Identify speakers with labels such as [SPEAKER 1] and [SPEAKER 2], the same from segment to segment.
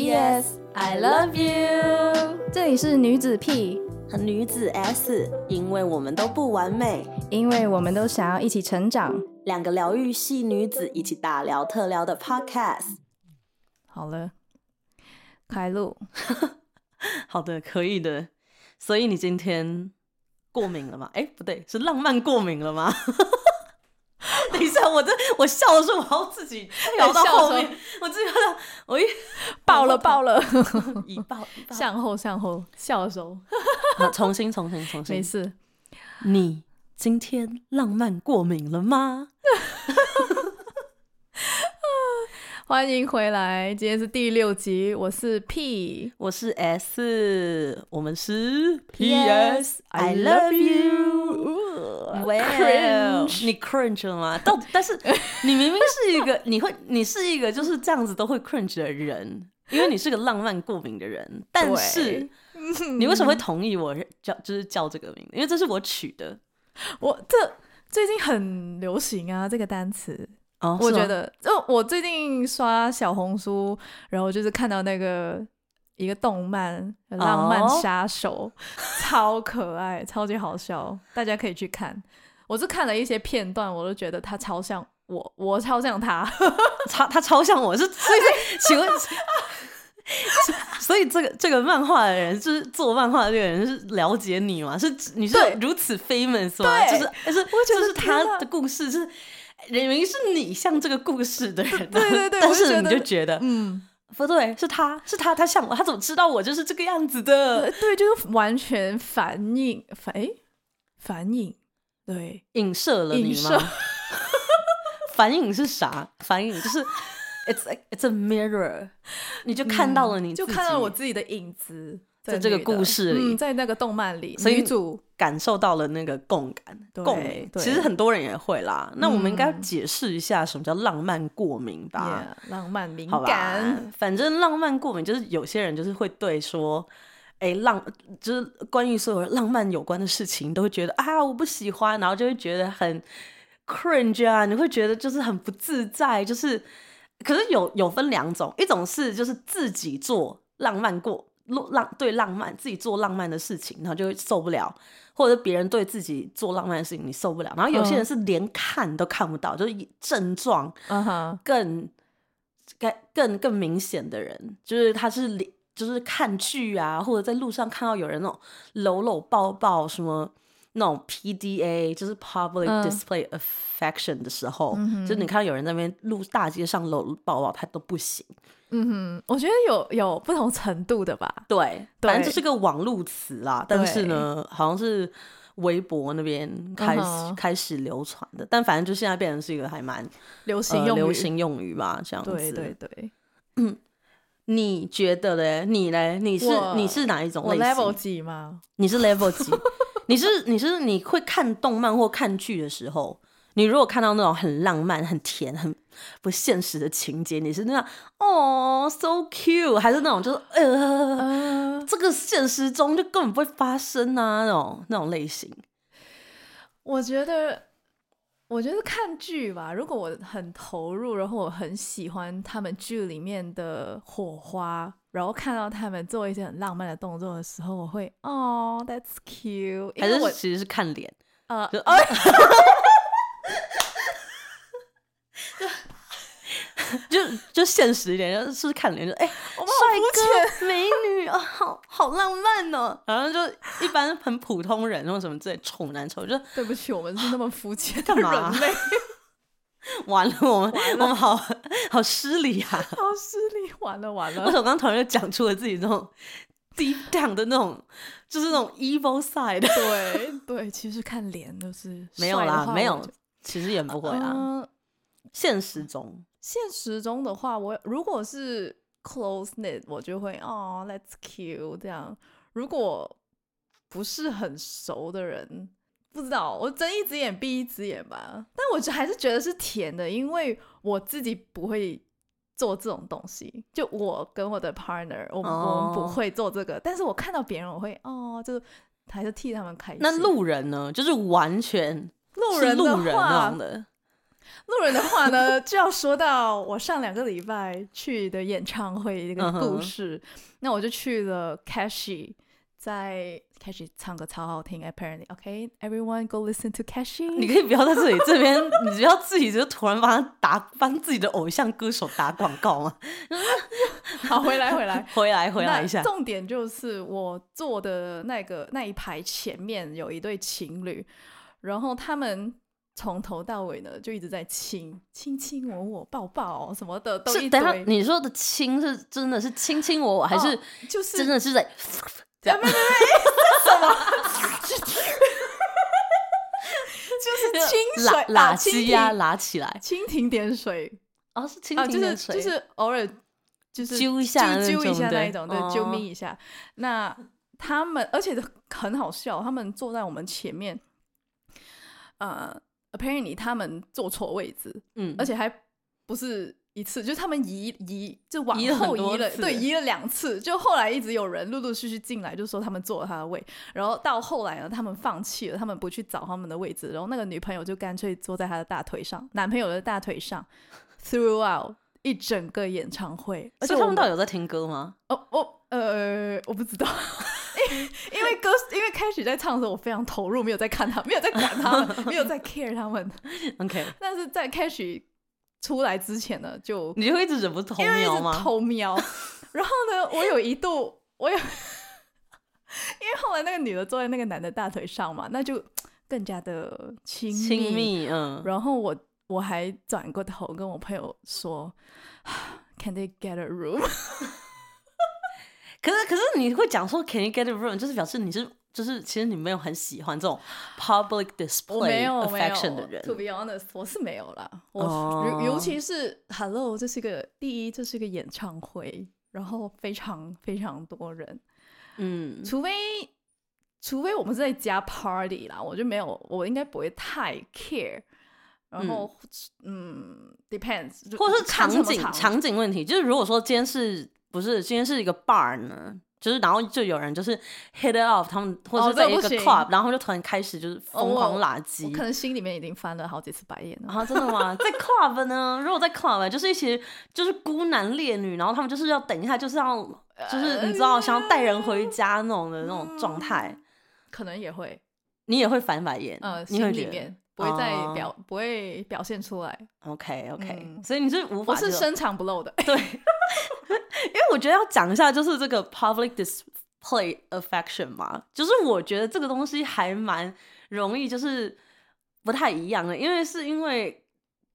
[SPEAKER 1] P.S. I love you。
[SPEAKER 2] 这里是女子 P，
[SPEAKER 3] 和女子 S，因为我们都不完美，
[SPEAKER 2] 因为我们都想要一起成长。
[SPEAKER 3] 两个疗愈系女子一起大聊特聊的 Podcast。
[SPEAKER 2] 好了，开录。
[SPEAKER 3] 好的，可以的。所以你今天过敏了吗？哎，不对，是浪漫过敏了吗？ 等一下，我这我笑的时候，我要自己聊到后面，我自己要到我一
[SPEAKER 1] 爆 了，爆了，
[SPEAKER 3] 一爆一爆，
[SPEAKER 1] 向后，向后，笑的 时候
[SPEAKER 3] 好重新重新重
[SPEAKER 1] 没
[SPEAKER 3] 新。
[SPEAKER 1] 事。
[SPEAKER 3] 你今天浪漫过敏了吗？
[SPEAKER 1] 欢迎回来，今天是第六集，我是 P。
[SPEAKER 3] 我是 S，我们是
[SPEAKER 1] P.S. I love
[SPEAKER 3] you。喂，你 cringe 了吗？到但是你明明是一个， 你会你是一个就是这样子都会 cringe 的人，因为你是个浪漫过敏的人。但是你为什么会同意我叫就是叫这个名字？因为这是我取的
[SPEAKER 1] 我这最近很流行啊，这个单词，
[SPEAKER 3] 哦
[SPEAKER 1] 我觉得，就我最近刷小红书，然后就是看到那个一个动漫《浪漫
[SPEAKER 3] 哦
[SPEAKER 1] 杀手》 超可爱，超级好笑，大家可以去看。我是看了一些片段，我都觉得他超像我，我超像 他。
[SPEAKER 3] 超他超像我是，所以是请问。 所以这个这个漫画的人，就是做漫画的这个人是了解你吗？是你是
[SPEAKER 1] 对
[SPEAKER 3] 如此 famous 吗？就
[SPEAKER 1] 对
[SPEAKER 3] 是就是
[SPEAKER 1] 我觉得
[SPEAKER 3] 就是
[SPEAKER 1] 天哪
[SPEAKER 3] 他的故事是，明明是你像这个故事的人啊、
[SPEAKER 1] 对对对
[SPEAKER 3] 但
[SPEAKER 1] 我就是觉
[SPEAKER 3] 你
[SPEAKER 1] 得
[SPEAKER 3] 就觉得
[SPEAKER 1] 嗯，
[SPEAKER 3] 不对，是他是他他像我，他怎么知道我就是这个样子的？
[SPEAKER 1] 呃对，就是完全反映反哎反映对
[SPEAKER 3] 影射了
[SPEAKER 1] 影
[SPEAKER 3] 你
[SPEAKER 1] 射
[SPEAKER 3] 吗？ 反影是啥？反影就是 it's a, it's a mirror，你就看到了你自己、
[SPEAKER 1] 嗯就看到我自己的影子
[SPEAKER 3] 在
[SPEAKER 1] 在
[SPEAKER 3] 这个
[SPEAKER 1] 那
[SPEAKER 3] 故
[SPEAKER 1] 的
[SPEAKER 3] 事里
[SPEAKER 1] 嗯，在那个动漫里，
[SPEAKER 3] 所以
[SPEAKER 1] 女主
[SPEAKER 3] 感受到了那个共感、
[SPEAKER 1] 对
[SPEAKER 3] 共鸣。
[SPEAKER 1] 对
[SPEAKER 3] 其实很多人也会啦。那我们应该
[SPEAKER 1] 嗯
[SPEAKER 3] 解释一下什么叫浪漫过敏吧
[SPEAKER 1] Yeah，浪漫敏
[SPEAKER 3] 好吧
[SPEAKER 1] 感，？
[SPEAKER 3] 反正浪漫过敏就是有些人就是会对说。哎，浪就是关于所有浪漫有关的事情，都会觉得啊，我不喜欢，然后就会觉得很 cringe 啊，你会觉得就是很不自在，就是，可是有有分两种，一种是就是自己做浪漫过浪对浪漫自己做浪漫的事情，然后就会受不了，或者别人对自己做浪漫的事情你受不了，然后有些人是连看都看不到，就是一症状
[SPEAKER 1] 嗯哼，
[SPEAKER 3] 更更更更明显的人，就是他是连就是看剧啊，或者在路上看到有人那种搂搂抱抱什么。那种 PDA 就是 public
[SPEAKER 1] 嗯
[SPEAKER 3] display affection 的时候，
[SPEAKER 1] 嗯哼
[SPEAKER 3] 就是你看到有人在那边路大街上搂搂抱抱，他都不行。
[SPEAKER 1] 嗯哼，我觉得有有不同程度的吧，
[SPEAKER 3] 对，
[SPEAKER 1] 对
[SPEAKER 3] 反正这是个网路词啦，但是呢，好像是微博那边开始、
[SPEAKER 1] 嗯哼
[SPEAKER 3] 开始流传的，但反正就现在变成是一个还蛮、
[SPEAKER 1] 流行
[SPEAKER 3] 呃、
[SPEAKER 1] 用语，
[SPEAKER 3] 流行用语吧，这样子。
[SPEAKER 1] 对对对，
[SPEAKER 3] 你觉得嘞？你嘞？你是
[SPEAKER 1] 我
[SPEAKER 3] 你是哪一种
[SPEAKER 1] 我
[SPEAKER 3] 类型
[SPEAKER 1] level 几吗？
[SPEAKER 3] 你是 level 几？ 你是你是 oh, 你会看动漫或看剧的时候，你如果看到那种很浪漫、很甜、很不现实的情节，你是那样哦 so cute，还是那种就是呃
[SPEAKER 1] 呃，
[SPEAKER 3] 这个现实中就根本不会发生啊那种那种类型？
[SPEAKER 1] 我觉得，我觉得看剧吧，如果我很投入，然后我很喜欢他们剧里面的火花，然后看到他们做一些很浪漫的动作的时候，我会哦，that's cute，因
[SPEAKER 3] 还
[SPEAKER 1] 为
[SPEAKER 3] 是
[SPEAKER 1] 我
[SPEAKER 3] 其实是看脸？
[SPEAKER 1] 呃
[SPEAKER 3] 就哎， 就就现实一点，就是看脸就哎，
[SPEAKER 1] 我们好
[SPEAKER 3] 帅哥美女啊，好好浪漫哦。然后就一般很普通人或什么之类，丑男丑女就
[SPEAKER 1] 对不起，我们是那么肤浅的
[SPEAKER 3] 干
[SPEAKER 1] 人
[SPEAKER 3] 嘛
[SPEAKER 1] 类，
[SPEAKER 3] 完了，我们我们好好失礼啊！
[SPEAKER 1] 好失礼，完了完
[SPEAKER 3] 为
[SPEAKER 1] 了
[SPEAKER 3] 什，么刚突然就讲出了自己这种 deep down 的那种，就是那种 evil side？
[SPEAKER 1] 对对，其实看脸都是
[SPEAKER 3] 没有
[SPEAKER 1] 帅的
[SPEAKER 3] 啦，
[SPEAKER 1] 话
[SPEAKER 3] 没
[SPEAKER 1] 我
[SPEAKER 3] 有
[SPEAKER 1] 就，
[SPEAKER 3] 其实也不会啊。
[SPEAKER 1] 嗯
[SPEAKER 3] 现实中，
[SPEAKER 1] 现实中的话，我如果是 close knit，我就会哦，let's cute 这样。如果不是很熟的人，不知道我睁一只眼闭一只眼吧。但我就还是觉得是甜的，因为我自己不会做这种东西。就我跟我的 partner，我们、我们
[SPEAKER 3] 哦
[SPEAKER 1] 不会做这个，但是我看到别人，我会哦，就还是替他们开心。
[SPEAKER 3] 那路人呢，就是完全
[SPEAKER 1] 路
[SPEAKER 3] 是
[SPEAKER 1] 人的
[SPEAKER 3] 路人那哦
[SPEAKER 1] 话
[SPEAKER 3] 种，的，
[SPEAKER 1] 路人的话呢，就要说到我上两个礼拜去的演唱会一个
[SPEAKER 3] 嗯哼
[SPEAKER 1] 故事。那我就去了 Cashy，在 Cashy 唱歌超好听，Apparently OK everyone go listen to
[SPEAKER 3] 你
[SPEAKER 1] Cashy。
[SPEAKER 3] 可以不要在这里这边，你不要自己就突然帮他打帮自己的偶像歌手打广告吗？
[SPEAKER 1] 好，回来回来，
[SPEAKER 3] 回来回来一下
[SPEAKER 1] 那，重点就是我坐的那个那一排前面有一对情侣，然后他们从头到尾呢就一直在亲亲亲我我抱抱什么的，都
[SPEAKER 3] 是
[SPEAKER 1] 一
[SPEAKER 3] 等一下
[SPEAKER 1] 堆，
[SPEAKER 3] 你说的亲是真的是亲亲我我，还是
[SPEAKER 1] 哦就是
[SPEAKER 3] 真的是在这样？
[SPEAKER 1] 就是清
[SPEAKER 3] 拉
[SPEAKER 1] 水哦
[SPEAKER 3] 拉
[SPEAKER 1] 蜻
[SPEAKER 3] 鸡
[SPEAKER 1] 蜓
[SPEAKER 3] 呀，拉起来
[SPEAKER 1] 蜻蜓点水
[SPEAKER 3] 哦，是蜻
[SPEAKER 1] 啊，
[SPEAKER 3] 蜓
[SPEAKER 1] 就
[SPEAKER 3] 的
[SPEAKER 1] 是
[SPEAKER 3] 水，
[SPEAKER 1] 就是偶尔就是
[SPEAKER 3] 揪一下那
[SPEAKER 1] 揪揪一
[SPEAKER 3] 种
[SPEAKER 1] 下那
[SPEAKER 3] 对
[SPEAKER 1] 一种，对，
[SPEAKER 3] 哦
[SPEAKER 1] 揪咪一下。那他们而且很好笑，他们坐在我们前面，呃，apparently 他们坐错位置，
[SPEAKER 3] 嗯，
[SPEAKER 1] 而且还不是一次，就是他们移移就往
[SPEAKER 3] 移了很
[SPEAKER 1] 后
[SPEAKER 3] 多
[SPEAKER 1] 移了，
[SPEAKER 3] 次
[SPEAKER 1] 对，移了两次。就后来一直有人陆陆续续进来，就说他们坐了他的位，然后到后来呢，他们放弃了，他们不去找他们的位置，然后那个女朋友就干脆坐在他的大腿上，男朋友的大腿上，throughout 一整个演唱会。而且
[SPEAKER 3] 所以他们
[SPEAKER 1] 我
[SPEAKER 3] 到底有在听歌吗？
[SPEAKER 1] 哦哦呃，我不知道。 因为歌，因为开始在唱的时候，我非常投入，没有在看他，没有在管他们，没有在 care 他们。
[SPEAKER 3] OK，
[SPEAKER 1] 但是在开始出来之前呢，就
[SPEAKER 3] 你就会一直忍不住偷
[SPEAKER 1] 因为一
[SPEAKER 3] 瞄
[SPEAKER 1] 直
[SPEAKER 3] 吗？
[SPEAKER 1] 偷瞄，然后呢，我有一度我有，因 为后来那个女的坐在那个男的大腿上嘛，那就更加的亲密。
[SPEAKER 3] 亲密，嗯，
[SPEAKER 1] 然后我我还转过头跟我朋友说 啊，Can they get a room？
[SPEAKER 3] 可是可是你会讲说 Can you get a room，就是表示你是就是其实你没有很喜欢这种 public
[SPEAKER 1] 我没
[SPEAKER 3] display
[SPEAKER 1] 有我没有
[SPEAKER 3] affection 的人
[SPEAKER 1] To be honest，我是没有啦。我、
[SPEAKER 3] 哦
[SPEAKER 1] 尤尤其是 Hello，这是一个第一，这是一个演唱会，然后非常非常多人，
[SPEAKER 3] 嗯，
[SPEAKER 1] 除非除非我们是在家 party 啦，我就没有，我应该不会太 care。然后，嗯 d e p e n d s
[SPEAKER 3] 或者是
[SPEAKER 1] 场
[SPEAKER 3] 场景
[SPEAKER 1] 场
[SPEAKER 3] 场景问题，就是如果说今天是不是今天是一个 bar 呢？就是然后就有人就是 hit it off，他们或者
[SPEAKER 1] 哦
[SPEAKER 3] 是在
[SPEAKER 1] 这
[SPEAKER 3] 一
[SPEAKER 1] 不
[SPEAKER 3] 个
[SPEAKER 1] 行
[SPEAKER 3] club，、然后就突然开始就是
[SPEAKER 1] 哦
[SPEAKER 3] 疯
[SPEAKER 1] 我
[SPEAKER 3] 狂拉鸡
[SPEAKER 1] 我。可能心里面已经翻了好几次白眼了。
[SPEAKER 3] 啊，真的吗？在 club 呢？如果在 club，就是一啊些就是孤男烈女，然后他们就是要等一下，就是要
[SPEAKER 1] 呃
[SPEAKER 3] 就是你知道，想要带人回家那种的那种状态，
[SPEAKER 1] 可能也会，
[SPEAKER 3] 你也会翻白眼，
[SPEAKER 1] 嗯呃，
[SPEAKER 3] 嗯你
[SPEAKER 1] 心
[SPEAKER 3] 会
[SPEAKER 1] 里
[SPEAKER 3] 觉得
[SPEAKER 1] 面不会再
[SPEAKER 3] 哦
[SPEAKER 1] 表，不会表现出来。
[SPEAKER 3] OK OK，、
[SPEAKER 1] 嗯
[SPEAKER 3] 所以你是无法
[SPEAKER 1] 我是
[SPEAKER 3] 这种
[SPEAKER 1] 深藏不露 的，
[SPEAKER 3] 对，因为我觉得要讲一下，就是这个 public display affection 嘛，就是我觉得这个东西还蛮容易，就是不太一样的，因为是因为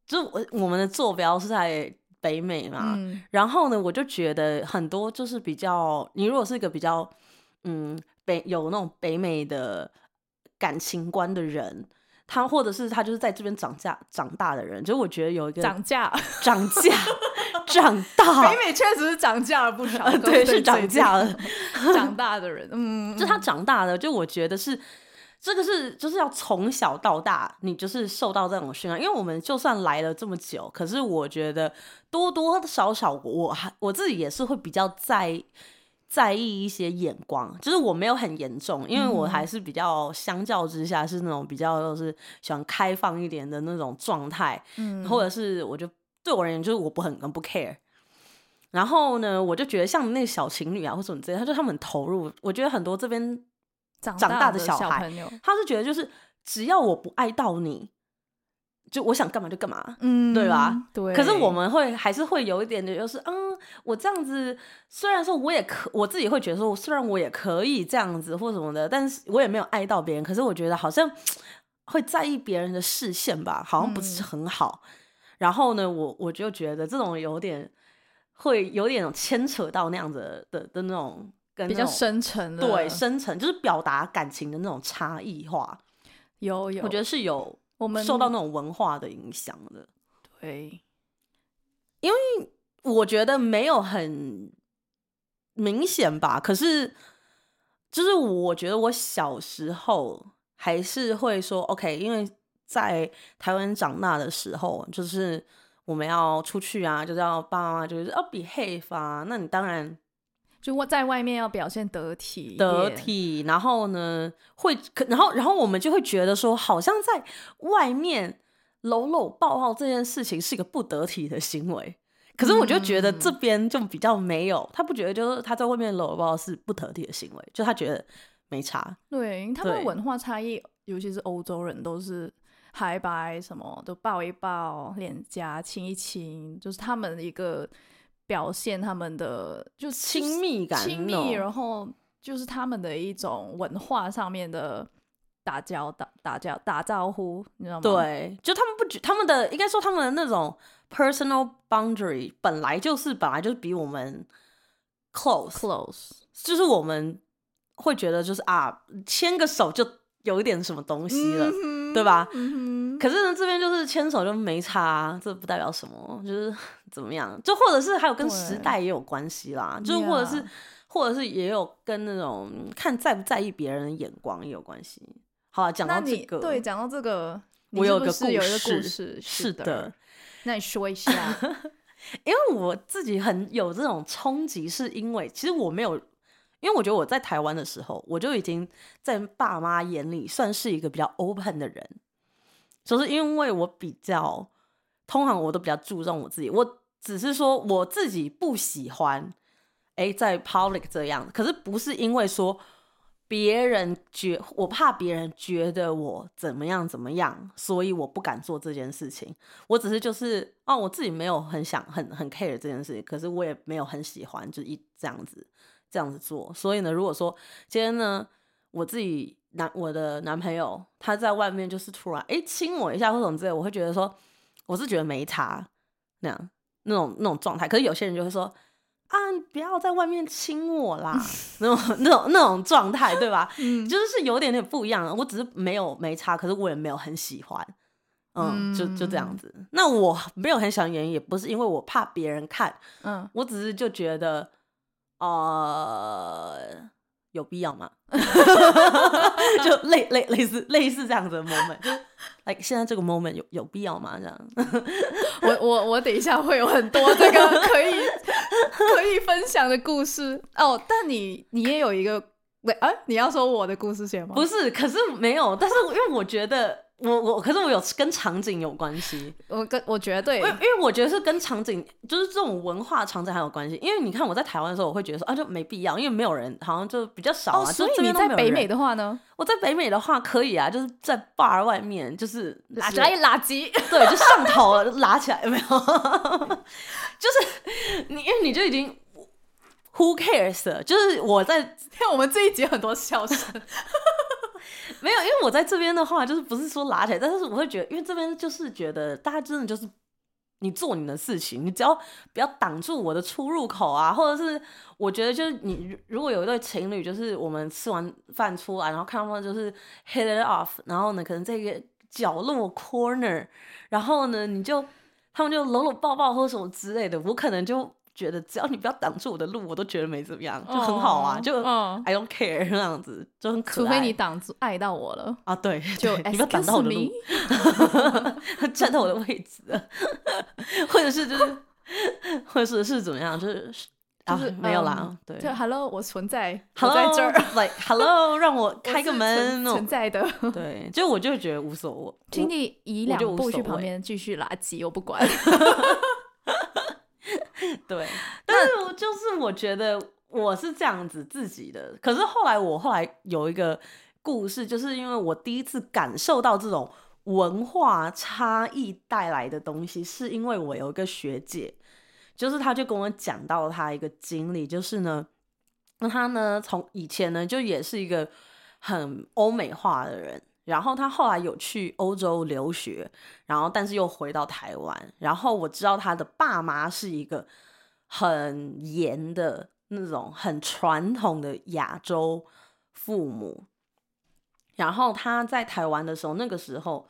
[SPEAKER 3] 就我我们的坐标是在北美嘛，
[SPEAKER 1] 嗯，
[SPEAKER 3] 然后呢，我就觉得很多就是比较，你如果是一个比较嗯北有那种北美的感情观的人。他或者是他就是在这边长大长大的人，就我觉得有一哦个
[SPEAKER 1] 涨价，
[SPEAKER 3] 涨价，涨大
[SPEAKER 1] 北，美确实是涨价了不少
[SPEAKER 3] 呃，
[SPEAKER 1] 各位
[SPEAKER 3] 对，是涨价，了。
[SPEAKER 1] 最近长大的人，嗯，
[SPEAKER 3] 就他长大了，就我觉得是这个是就是要从小到大，你就是受到这种训练。因为我们就算来了这么久，可是我觉得多多少少我还我自己也是会比较在在意一些眼光，就是我没有很严重，因为我还是比较相较之下是那种比较就是喜欢开放一点的那种状态，
[SPEAKER 1] 嗯
[SPEAKER 3] 或者是我就对我而言就是我不很很不 care。然后呢，我就觉得像那个小情侣啊，或者什么之类，他就他们很投入。我觉得很多这边
[SPEAKER 1] 长
[SPEAKER 3] 长大
[SPEAKER 1] 的
[SPEAKER 3] 的小孩
[SPEAKER 1] 朋友，
[SPEAKER 3] 他是觉得就是只要我不爱到你，就我想干嘛就干嘛。
[SPEAKER 1] 嗯，
[SPEAKER 3] 对吧？
[SPEAKER 1] 对。
[SPEAKER 3] 可是我们会还是会有一点的，就是嗯，我这样子虽然说我也可，我自己会觉得说，虽然我也可以这样子或什么的，但是我也没有爱到别人。可是我觉得好像会在意别人的视线吧，好像不是
[SPEAKER 1] 嗯
[SPEAKER 3] 很好。然后呢，我我就觉得这种有点会有点牵扯到那样子的的的那种跟
[SPEAKER 1] 比
[SPEAKER 3] 那
[SPEAKER 1] 较
[SPEAKER 3] 种
[SPEAKER 1] 深沉的，
[SPEAKER 3] 对深层，就是表达感情的那种差异化。
[SPEAKER 1] 有有，
[SPEAKER 3] 我觉得是有
[SPEAKER 1] 我们
[SPEAKER 3] 受到那种文化的影响的。
[SPEAKER 1] 对，
[SPEAKER 3] 我觉得没有很明显吧，可是就是我觉得我小时候还是会说 OK，因为在台湾长大的时候，就是我们要出去啊，就是要爸妈妈就是要 behave 啊，那你当然
[SPEAKER 1] 就我在外面要表现得体一点，
[SPEAKER 3] 得体，然后呢会，可然后然后我们就会觉得说，好像在外面搂搂抱抱这件事情是一个不得体的行为。可是我就觉得这
[SPEAKER 1] 嗯
[SPEAKER 3] 边就比较没有，他不觉得就是他在外面搂搂抱抱是不得体的行为，就他觉得没差。
[SPEAKER 1] 对，因为他们
[SPEAKER 3] 对
[SPEAKER 1] 文化差异，尤其是欧洲人都是嗨白什么都抱一抱，脸颊亲一亲，就是他们的一个表现，他们的就是
[SPEAKER 3] 亲密感
[SPEAKER 1] 亲
[SPEAKER 3] 那
[SPEAKER 1] 密，
[SPEAKER 3] 种
[SPEAKER 1] 然后就是他们的一种文化上面的打交打打交打招呼，你知道吗？，
[SPEAKER 3] 对，就他们不觉他们的应该说他们的那种 personal boundary 本来就是本来就是比我们 close，
[SPEAKER 1] close，
[SPEAKER 3] 就是我们会觉得就是啊，牵个手就有一点什么东西了，对吧？
[SPEAKER 1] 嗯哼，
[SPEAKER 3] 可是呢，这边就是牵手就没差啊，这不代表什么，就是 怎么样，就或者是还有跟
[SPEAKER 1] 对
[SPEAKER 3] 时代也有关系啦，就是或者是
[SPEAKER 1] Yeah
[SPEAKER 3] 或者是也有跟那种嗯看在不在意别人的眼光也有关系。好啊，讲
[SPEAKER 1] 那
[SPEAKER 3] 到这
[SPEAKER 1] 你
[SPEAKER 3] 个，
[SPEAKER 1] 对讲到这个，你
[SPEAKER 3] 我
[SPEAKER 1] 是
[SPEAKER 3] 有
[SPEAKER 1] 不
[SPEAKER 3] 个
[SPEAKER 1] 是有一个故
[SPEAKER 3] 故
[SPEAKER 1] 事，
[SPEAKER 3] 是
[SPEAKER 1] 的，那你说一下，
[SPEAKER 3] 因为我自己很有这种冲击，是因为其实我没有，因为我觉得我在台湾的时候，我就已经在爸妈眼里算是一个比较 open 的人，就是因为我比较，通常我都比较注重我自己，我只是说我自己不喜欢，哎，在 public 这样，可是不是因为说。别人觉我怕别人觉得我怎么样怎么样，所以我不敢做这件事情。我只是就是哦，我自己没有很想很很 care 这件事情，可是我也没有很喜欢，就一这样子这样子做。所以呢，如果说今天呢，我自己男我的男朋友他在外面就是突然哎亲我一下或什么之类，我会觉得说我是觉得没差那样那种那种状态。可是有些人就会说。啊！你不要在外面亲我 啦，那种、那种、那种状态，对吧？
[SPEAKER 1] 嗯
[SPEAKER 3] 就是是有点点不一样的。我只是没有没差，可是我也没有很喜欢，嗯，就就这样
[SPEAKER 1] 嗯
[SPEAKER 3] 子。那我没有很喜欢原因，也不是因为我怕别人看，
[SPEAKER 1] 嗯，
[SPEAKER 3] 我只是就觉得，呃，有必要吗？ 就类类类似类似这样子的 moment，就是 like 现在这个 moment 有有必要吗？这样，
[SPEAKER 1] 我我我等一下会有很多这个可以 可以分享的故事哦。但你你也有一个，喂啊，你要说我的故事写吗？
[SPEAKER 3] 不是，可是没有，但是因为我觉得。我我可是我有跟场景有关系，
[SPEAKER 1] 我跟我绝对
[SPEAKER 3] 因为因为我觉得是跟场景，就是这种文化场景还有关系。因为你看我在台湾的时候，我会觉得说啊，就没必要，因为没有人，好像就比较少啊。
[SPEAKER 1] 哦，
[SPEAKER 3] 就
[SPEAKER 1] 所以你
[SPEAKER 3] 这边都
[SPEAKER 1] 在
[SPEAKER 3] 没有
[SPEAKER 1] 北
[SPEAKER 3] 人
[SPEAKER 1] 美的话呢，
[SPEAKER 3] 我在北美的话可以啊，就是在 bar 外面就是
[SPEAKER 1] 垃
[SPEAKER 3] 是
[SPEAKER 1] 圾垃圾，
[SPEAKER 3] 对，就上头了，就拉起来有没 有？就是你，因为你就已经 who cares，了就是我在
[SPEAKER 1] 看我们这一集很多笑声，
[SPEAKER 3] 没有，因为我在这边的话，就是不是说拉起来，但是我会觉得，因为这边就是觉得大家真的就是你做你的事情，你只要不要挡住我的出入口啊，或者是我觉得就是你如如果有一对情侣，就是我们吃完饭出来，然后看他们就是 hit it off，然后呢可能在一个角落 corner，然后呢你就他们就搂搂抱抱或什么之类的，我可能就觉得只要你不要挡住我的路，我都觉得没怎么 样，就很好啊，
[SPEAKER 1] 哦
[SPEAKER 3] 就。
[SPEAKER 1] 哦
[SPEAKER 3] I don't care 那样子就很可
[SPEAKER 1] 除
[SPEAKER 3] 爱，
[SPEAKER 1] 非你挡住爱到我 了，
[SPEAKER 3] 啊，对，
[SPEAKER 1] 就
[SPEAKER 3] 对你不要挡到我的路， 站到我的位置了，或者是就是，或者是是怎么样，就是啊
[SPEAKER 1] 就是，
[SPEAKER 3] 没有啦
[SPEAKER 1] 嗯，
[SPEAKER 3] 对
[SPEAKER 1] 就 Hello，我存在，我在
[SPEAKER 3] Hello，
[SPEAKER 1] 这儿，
[SPEAKER 3] ，like Hello，让我
[SPEAKER 1] 我
[SPEAKER 3] 开个
[SPEAKER 1] 是
[SPEAKER 3] 门
[SPEAKER 1] 存
[SPEAKER 3] 那
[SPEAKER 1] 存
[SPEAKER 3] 种，
[SPEAKER 1] 在的，
[SPEAKER 3] 对，就我就觉得无所谓，
[SPEAKER 1] 请你移
[SPEAKER 3] 我
[SPEAKER 1] 两
[SPEAKER 3] 就无
[SPEAKER 1] 步去
[SPEAKER 3] 所
[SPEAKER 1] 旁
[SPEAKER 3] 谓
[SPEAKER 1] 边继续垃圾，我不管。
[SPEAKER 3] 对，但是我就是我觉得我是这样子自己的，可是后来我后来有一个故事，就是因为我第一次感受到这种文化差异带来的东西，是因为我有一个学姐，就是她就跟我讲到她一个经历，就是呢，那她呢从以前呢就也是一个很欧美化的人。然后她后来有去欧洲留学，然后但是又回到台湾。然后我知道他的爸妈是一个很严的那种很传统的亚洲父母。然后他在台湾的时候，那个时候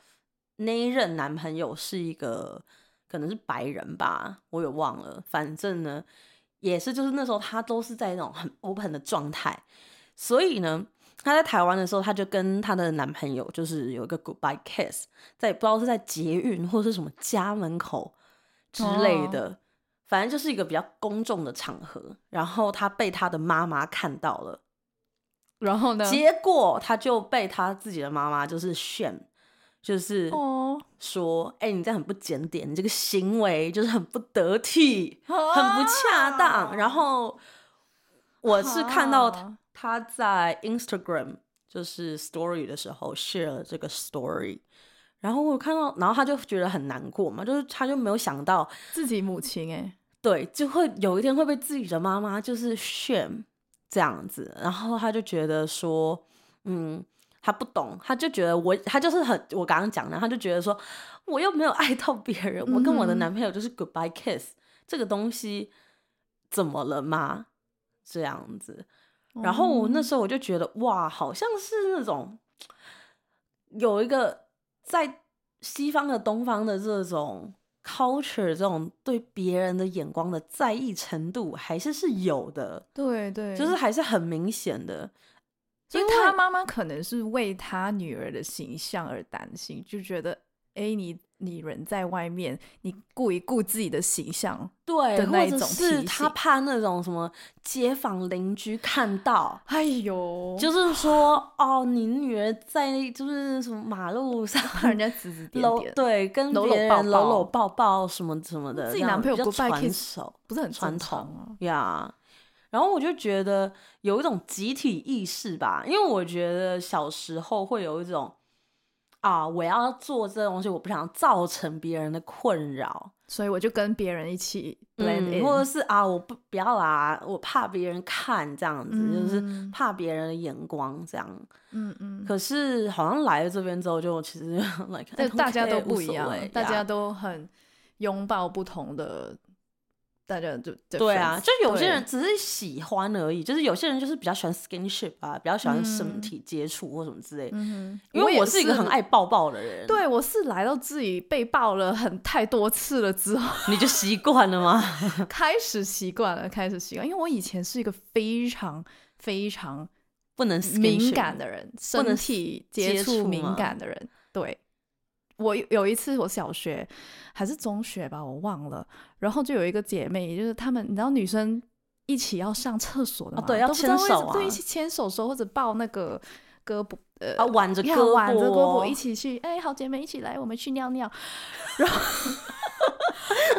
[SPEAKER 3] 那一任男朋友是一个可能是白人吧，我也忘了。反正呢，也是就是那时候他都是在那种很 open 的状态，所以呢。她在台湾的时候，她就跟她的男朋友就是有一个 goodbye kiss，在不知道是在捷运或是什么家门口之类的，反正就是一个比较公众的场合。然后她被她的妈妈看到了，
[SPEAKER 1] 然后呢？嗯
[SPEAKER 3] 结果她就被她自己的妈妈就是 shame 就是
[SPEAKER 1] 哦，
[SPEAKER 3] 说，哎、你这样很不检点，你这个行为就是很不得体，很
[SPEAKER 1] 很
[SPEAKER 3] 不恰当。然后我是看到他
[SPEAKER 1] 啊
[SPEAKER 3] 他在 Instagram 就是 Story 的时候 share 了这个 Story，然后我看到，然后他就觉得很难过嘛，就是他就没有想到，
[SPEAKER 1] 自己母亲哎、
[SPEAKER 3] 对，就会有一天会被自己的妈妈就是 shame 这样子，然后他就觉得说，嗯，他不懂，他就觉得我，他就是很我刚刚讲的，他就觉得说，我又没有爱到别人，我跟我的
[SPEAKER 1] 嗯哼
[SPEAKER 3] 男朋友就是 goodbye kiss，、这个东西怎么了吗？这样子，然后我
[SPEAKER 1] 哦嗯
[SPEAKER 3] 那时候我就觉得，哇，好像是那种有一个在西方的、东方的这种 culture 这种对别人的眼光的在意程度，还是是有的，
[SPEAKER 1] 对对，
[SPEAKER 3] 就是还是很明显的。
[SPEAKER 1] 所以
[SPEAKER 3] 因
[SPEAKER 1] 他
[SPEAKER 3] 为
[SPEAKER 1] 妈妈可能是为他女儿的形象而担心，就觉得哎、诶你你人在外面，你顾一顾自己的形象
[SPEAKER 3] 对，
[SPEAKER 1] 的那
[SPEAKER 3] 或
[SPEAKER 1] 一
[SPEAKER 3] 者
[SPEAKER 1] 种
[SPEAKER 3] 是
[SPEAKER 1] 提
[SPEAKER 3] 他
[SPEAKER 1] 醒
[SPEAKER 3] 怕那种什么街坊邻居看到，
[SPEAKER 1] 哎呦，
[SPEAKER 3] 就是 说，哦，你女儿在就是什么马路上
[SPEAKER 1] 怕人家指指点
[SPEAKER 3] 搂
[SPEAKER 1] 点，
[SPEAKER 3] 对，跟
[SPEAKER 1] 搂
[SPEAKER 3] 别
[SPEAKER 1] 搂
[SPEAKER 3] 人
[SPEAKER 1] 抱
[SPEAKER 3] 搂搂
[SPEAKER 1] 抱
[SPEAKER 3] 抱抱什么什么的，
[SPEAKER 1] 自己
[SPEAKER 3] 这
[SPEAKER 1] 男
[SPEAKER 3] 样
[SPEAKER 1] 朋友
[SPEAKER 3] 比较
[SPEAKER 1] 不拜
[SPEAKER 3] 传
[SPEAKER 1] kiss
[SPEAKER 3] 手
[SPEAKER 1] 不是很
[SPEAKER 3] 传
[SPEAKER 1] 正常
[SPEAKER 3] 统
[SPEAKER 1] 啊。
[SPEAKER 3] 呀。然后我就觉得有一种集体意识吧，因为我觉得小时候会有一种啊，我要做这东西，我不想造成别人的困扰，
[SPEAKER 1] 所以我就跟别人一起 blend
[SPEAKER 3] 嗯，
[SPEAKER 1] in，、
[SPEAKER 3] 或者是啊，我不不要啦，我怕别人看这样子，就是
[SPEAKER 1] 嗯
[SPEAKER 3] 怕别人的眼光这样。
[SPEAKER 1] 嗯嗯，
[SPEAKER 3] 可是好像来了这边之后，就其实 like
[SPEAKER 1] 但
[SPEAKER 3] I don't
[SPEAKER 1] 大家
[SPEAKER 3] care，
[SPEAKER 1] 都
[SPEAKER 3] 无
[SPEAKER 1] 不一
[SPEAKER 3] 所
[SPEAKER 1] 样
[SPEAKER 3] 谓，
[SPEAKER 1] 大家
[SPEAKER 3] 呀
[SPEAKER 1] 都很拥抱不同的，大家就
[SPEAKER 3] 对啊，
[SPEAKER 1] difference，
[SPEAKER 3] 就有些
[SPEAKER 1] 对
[SPEAKER 3] 人只是喜欢而已，就是有些人就是比较喜欢 skinship 啊，比较喜欢身
[SPEAKER 1] 嗯
[SPEAKER 3] 体接触或什么之类的。
[SPEAKER 1] 嗯哼，
[SPEAKER 3] 因为
[SPEAKER 1] 也
[SPEAKER 3] 我是一个很爱抱抱的人，，
[SPEAKER 1] 对，我是来到自己被爆了很太多次了之后，
[SPEAKER 3] 你就习惯了吗？
[SPEAKER 1] 开始习惯了，开始习惯。因为我以前是一个非常非常
[SPEAKER 3] 不能 skinship
[SPEAKER 1] 敏感的人，身
[SPEAKER 3] 能
[SPEAKER 1] 体
[SPEAKER 3] 接
[SPEAKER 1] 接
[SPEAKER 3] 触
[SPEAKER 1] 触敏
[SPEAKER 3] 吗
[SPEAKER 1] 感的人。对，我有有一次我小学还是中学吧，我忘了。然后就有一个姐妹，就是她们，你知道女生一起要上厕所的
[SPEAKER 3] 啊
[SPEAKER 1] 嘛，
[SPEAKER 3] 对要
[SPEAKER 1] 都不知道
[SPEAKER 3] 牵
[SPEAKER 1] 为什
[SPEAKER 3] 手啊
[SPEAKER 1] 对，一起牵手手或者抱那个胳膊，呃，
[SPEAKER 3] 啊，挽着胳
[SPEAKER 1] 要
[SPEAKER 3] 膊，
[SPEAKER 1] 挽着胳膊一起去，哎、好姐妹一起来，我们去尿尿。 然后，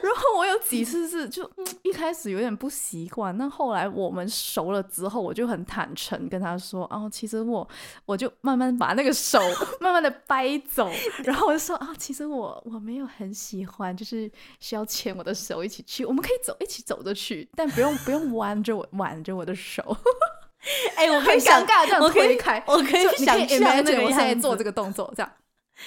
[SPEAKER 1] 然后我有几次是就嗯一开始有点不习惯，那后来我们熟了之后，我就很坦诚跟他说，哦，其实我我就慢慢把那个手慢慢的掰走，然后我就说啊、其实我我没有很喜欢，就是需要牵我的手一起去，我们可以走一起走着去，但不用不用弯着我挽着我的手，
[SPEAKER 3] 哎、我可以
[SPEAKER 1] 很
[SPEAKER 3] 想
[SPEAKER 1] 尴尬这样
[SPEAKER 3] 我可以
[SPEAKER 1] 推开
[SPEAKER 3] 我可以
[SPEAKER 1] 就你可
[SPEAKER 3] 想
[SPEAKER 1] 以
[SPEAKER 3] 象
[SPEAKER 1] imagine
[SPEAKER 3] 那个
[SPEAKER 1] 我现在
[SPEAKER 3] 样
[SPEAKER 1] 做
[SPEAKER 3] 子，
[SPEAKER 1] 这个动作这样。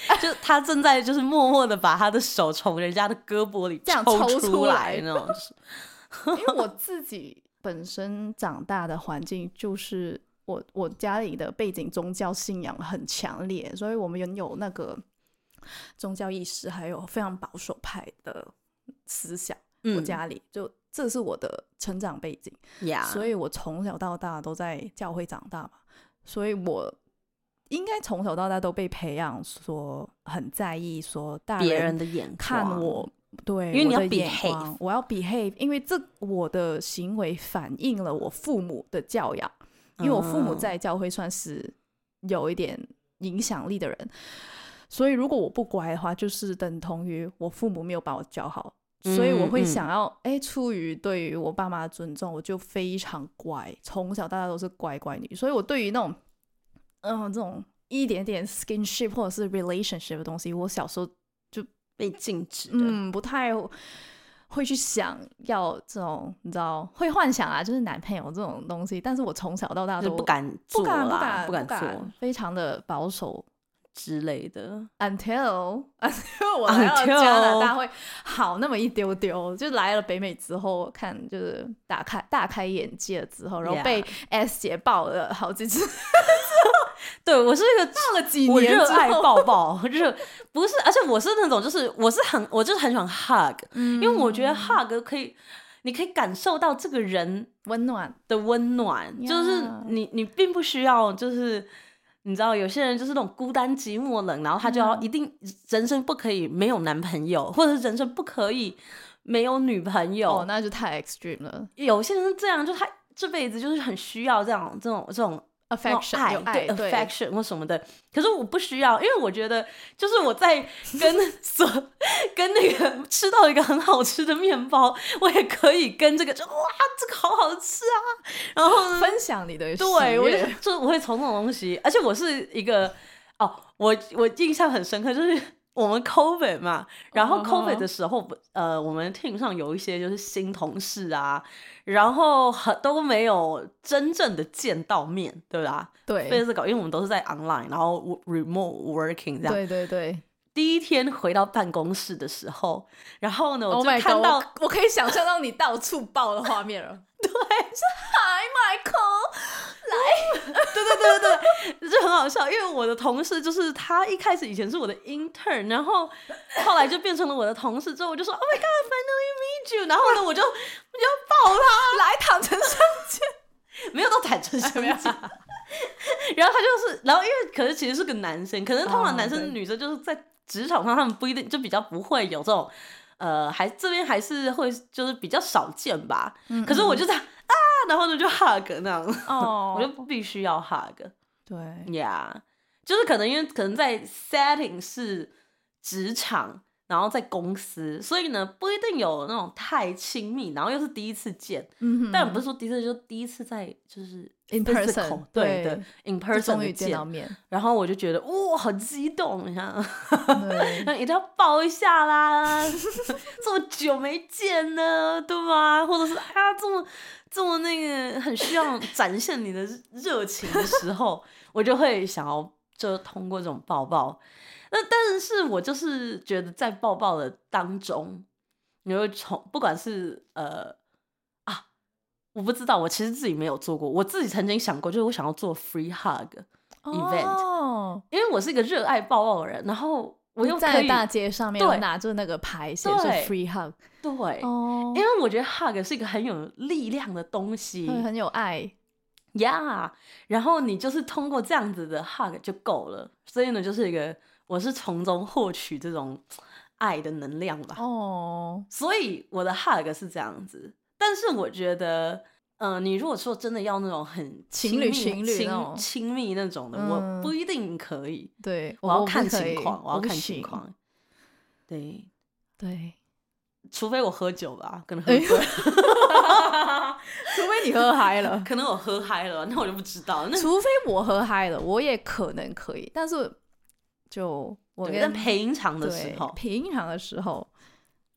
[SPEAKER 3] 就他正在就是默默的把他的手从人家的胳膊里
[SPEAKER 1] 这样
[SPEAKER 3] 抽
[SPEAKER 1] 抽
[SPEAKER 3] 出
[SPEAKER 1] 出
[SPEAKER 3] 来
[SPEAKER 1] 来
[SPEAKER 3] 那 种，就是
[SPEAKER 1] 因为 我自己本身长大的环境就是我我家里的背景宗教信仰很强烈，所以我们有那个宗教意识，还有非常保守派的思想。我
[SPEAKER 3] 嗯，
[SPEAKER 1] 家里就这是我的成长背景，
[SPEAKER 3] 呀，
[SPEAKER 1] 所以我从小到大都在教会长大嘛，所以我。应该从小到大都被培养说很在意说大
[SPEAKER 3] 别人的眼光
[SPEAKER 1] 看我，对，
[SPEAKER 3] 因为你
[SPEAKER 1] 我
[SPEAKER 3] 要
[SPEAKER 1] 的眼
[SPEAKER 3] behave
[SPEAKER 1] 光我要 behave，因为这我的行为反映了我父母的教养，因为我父母
[SPEAKER 3] 嗯
[SPEAKER 1] 在教会算是有一点影响力的人，所以如果我不乖的话，就是等同于我父母没有把我教好。所以我
[SPEAKER 3] 嗯
[SPEAKER 1] 会
[SPEAKER 3] 嗯
[SPEAKER 1] 想要，哎、出于对于我爸妈的尊重，我就非常乖，从小到大都是乖乖女。所以我对于那种，嗯、这种一点点 skinship 或者是 relationship 的东西，我小时候
[SPEAKER 3] 被禁止的，
[SPEAKER 1] 嗯，不太会去想要这种，你知道，会幻想啊，就是男朋友这种东西。但是我从小到大
[SPEAKER 3] 就
[SPEAKER 1] 都
[SPEAKER 3] 不敢
[SPEAKER 1] 不
[SPEAKER 3] 做
[SPEAKER 1] 敢不
[SPEAKER 3] 啦，
[SPEAKER 1] 敢
[SPEAKER 3] 不
[SPEAKER 1] 敢
[SPEAKER 3] 做
[SPEAKER 1] 非常的保守。
[SPEAKER 3] 之类的。
[SPEAKER 1] Until until 我来到
[SPEAKER 3] Until
[SPEAKER 1] 加拿大会好那么一丢丢，就来了北美之后，看就是打开大开眼界之后，然后
[SPEAKER 3] Yeah
[SPEAKER 1] 被 S 姐爆了好几次，
[SPEAKER 3] 对我是一个
[SPEAKER 1] 爆了几
[SPEAKER 3] 我
[SPEAKER 1] 年
[SPEAKER 3] 热
[SPEAKER 1] 之
[SPEAKER 3] 爱
[SPEAKER 1] 后
[SPEAKER 3] 抱抱，热不是，而且我是那种就是我是很我就是很喜欢 hug，、因为我
[SPEAKER 1] 嗯
[SPEAKER 3] 觉得 hug 可以，你可以感受到这个人
[SPEAKER 1] 温暖，
[SPEAKER 3] 的温暖就是
[SPEAKER 1] 呀
[SPEAKER 3] 你你并不需要就是。你知道有些人就是那种孤单寂寞冷，然后他就要
[SPEAKER 1] 嗯
[SPEAKER 3] 一定人生不可以没有男朋友，或者是人生不可以没有女朋友。
[SPEAKER 1] 哦，那就太 extreme 了。
[SPEAKER 3] 有些人是这样，就他这辈子就是很需要这样这种这种
[SPEAKER 1] affection
[SPEAKER 3] 爱
[SPEAKER 1] 有爱
[SPEAKER 3] 对
[SPEAKER 1] 对
[SPEAKER 3] affection 或什么的。可是我不需要，因为我觉得就是我在 跟所跟那个吃到一个很好吃的面包，我也可以跟这个就哇这个好好吃啊，然后呢
[SPEAKER 1] 分享你的喜
[SPEAKER 3] 对我就
[SPEAKER 1] 悦
[SPEAKER 3] 就是我会从这种东西，而且我是一个哦，我我印象很深刻就是。我们 COVID 嘛，然后
[SPEAKER 1] 嗯哼
[SPEAKER 3] COVID 的时候呃，我们 team 上有一些就是新同事啊，然后很都没有真正的见到面，对吧？
[SPEAKER 1] 对
[SPEAKER 3] physical，因为我们都是在 online，然后 w- remote working 这样。
[SPEAKER 1] 对对对。
[SPEAKER 3] 第一天回到办公室的时候，然后呢，我
[SPEAKER 1] Oh
[SPEAKER 3] 就
[SPEAKER 1] my
[SPEAKER 3] 看
[SPEAKER 1] god！
[SPEAKER 3] 到、
[SPEAKER 1] 我我可以想象到你到处抱的画面了。 对，是 Hi Michael，
[SPEAKER 3] 对对对对对，就很好笑，因为我的同事就是他一开始以前是我的 intern，然后后来就变成了我的同事，之后我就说 Oh my god，finally meet you，然后呢， 我就我就抱他，
[SPEAKER 1] 来躺成上去。
[SPEAKER 3] 没有到坦诚相
[SPEAKER 1] 没有
[SPEAKER 3] 见。然后他就是，然后因为可是其实是个男生，可能通
[SPEAKER 1] 哦
[SPEAKER 3] 常男生
[SPEAKER 1] 对
[SPEAKER 3] 女生就是在职场上，他们不一定就比较不会有这种，呃，还这边还是会就是比较少见吧。
[SPEAKER 1] 嗯
[SPEAKER 3] 可是我就这样啊，然后呢就 hug 那样，
[SPEAKER 1] 哦
[SPEAKER 3] 我就必须要 hug，yeah，
[SPEAKER 1] 对，
[SPEAKER 3] 就是可能因为可能在 setting 是职场，然后在公司，所以呢不一定有那种太亲密，然后又是第一次见，
[SPEAKER 1] 嗯哼，
[SPEAKER 3] 但不是说第一次，就第一次在就是
[SPEAKER 1] In person，
[SPEAKER 3] physical，
[SPEAKER 1] 对
[SPEAKER 3] 对的，in
[SPEAKER 1] 就
[SPEAKER 3] person
[SPEAKER 1] 终
[SPEAKER 3] 的
[SPEAKER 1] 于见
[SPEAKER 3] 见
[SPEAKER 1] 到，面，
[SPEAKER 3] 然后我就觉得哇，好激动，你看，
[SPEAKER 1] 对
[SPEAKER 3] 那一定要抱一下啦， 这么久没见呢，对吧？或者是啊，这么这么那个很需要展现你的热热情的时候， 我就会想要就通过这种抱抱。那但是我就是觉得在抱抱的当中，你会从不管是呃啊，我不知道，我其实自己没有做过，我自己曾经想过，就是我想要做 free hug，event
[SPEAKER 1] 哦
[SPEAKER 3] 因为我是一个热爱抱抱的人，然后我又可
[SPEAKER 1] 在
[SPEAKER 3] 以
[SPEAKER 1] 大街上面
[SPEAKER 3] 对
[SPEAKER 1] 我拿着那个牌写是
[SPEAKER 3] 对
[SPEAKER 1] free hug，
[SPEAKER 3] 对。
[SPEAKER 1] 哦
[SPEAKER 3] 因为我觉得 hug 是一个很有力量的东西
[SPEAKER 1] 会很有爱，
[SPEAKER 3] 呀然后你就是通过这样子的 hug 就够了，所以呢，就是一个我是从中获取这种爱的能量吧。
[SPEAKER 1] 哦，
[SPEAKER 3] 所以我的 hug 是这样子，但是我觉得，嗯、你如果说真的要那种很
[SPEAKER 1] 情
[SPEAKER 3] 亲
[SPEAKER 1] 侣
[SPEAKER 3] 密
[SPEAKER 1] 情侣那种
[SPEAKER 3] 亲亲密那种的，
[SPEAKER 1] 嗯
[SPEAKER 3] 我不一定可以，
[SPEAKER 1] 对，
[SPEAKER 3] 我要
[SPEAKER 1] 不
[SPEAKER 3] 看
[SPEAKER 1] 可以
[SPEAKER 3] 情况，我
[SPEAKER 1] 我
[SPEAKER 3] 要
[SPEAKER 1] 不
[SPEAKER 3] 看情
[SPEAKER 1] 行，
[SPEAKER 3] 况。对，
[SPEAKER 1] 对，
[SPEAKER 3] 除非我喝酒吧，可能喝
[SPEAKER 1] 哎
[SPEAKER 3] 醉，
[SPEAKER 1] 除非你喝嗨 了，
[SPEAKER 3] 可能我喝嗨了，那我就不知道。那
[SPEAKER 1] 除非我喝嗨了，我也可能可以，但是就我
[SPEAKER 3] 对
[SPEAKER 1] 跟
[SPEAKER 3] 但平常的时
[SPEAKER 1] 对
[SPEAKER 3] 候，
[SPEAKER 1] 平常的时候，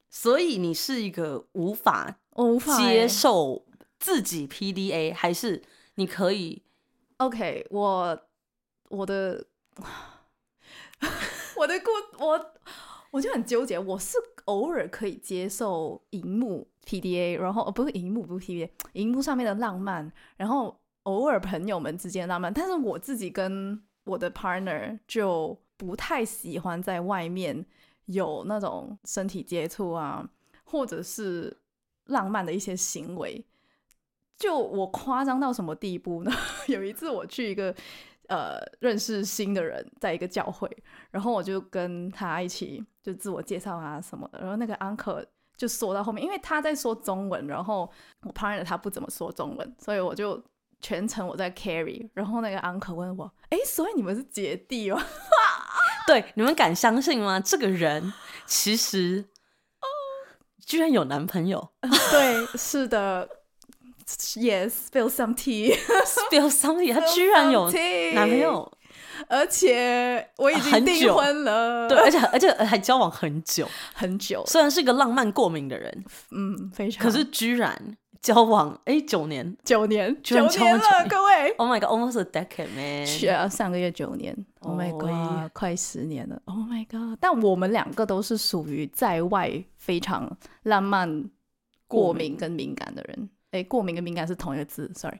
[SPEAKER 3] 所以你是一个无法
[SPEAKER 1] 我无法欸
[SPEAKER 3] 接受自己 PDA，还是你可以
[SPEAKER 1] OK，我我的 我的故我我就很纠结，我是偶尔可以接受荧幕 PDA，然后、哦、不是荧幕不是 PDA，荧幕上面的浪漫，然后偶尔朋友们之间的浪漫，但是我自己跟我的 partner 就不太喜欢在外面有那种身体接触啊，或者是浪漫的一些行为。就我夸张到什么地步呢？有一次我去一个呃认识新的人，在一个教会，然后我就跟他一起就自我介绍啊什么的，然后那个 uncle 就说到后面，因为他在说中文，然后我 partner 他不怎么说中文，所以我就全程我在 carry，然后那个 uncle 问我，哎，所以你们是姐弟哦？
[SPEAKER 3] 对你们敢相信吗？这个人其实哦居然有男朋 友
[SPEAKER 1] 对，是的，yes，spill some tea，
[SPEAKER 3] ，spill something，他居然有男朋，友，啊
[SPEAKER 1] 而且我已经
[SPEAKER 3] 很
[SPEAKER 1] 订
[SPEAKER 3] 久
[SPEAKER 1] 婚了，
[SPEAKER 3] 对，，而且而且还交往很久，
[SPEAKER 1] 很久，
[SPEAKER 3] 虽然是个浪漫过敏的人，
[SPEAKER 1] 嗯，非常，
[SPEAKER 3] 可是居然交往哎九年
[SPEAKER 1] 九年，
[SPEAKER 3] 居然
[SPEAKER 1] 九年
[SPEAKER 3] 超
[SPEAKER 1] 了，
[SPEAKER 3] 久
[SPEAKER 1] 各位。
[SPEAKER 3] ，Oh my god，almost a decade man，
[SPEAKER 1] 去啊，上个月九年，Oh my
[SPEAKER 3] 哦
[SPEAKER 1] god，、快十年了，Oh my god！但我们两个都是属于在外非常浪漫、过
[SPEAKER 3] 过
[SPEAKER 1] 敏
[SPEAKER 3] 敏
[SPEAKER 1] 跟敏感的人。诶，过敏跟敏感是同一个字，sorry。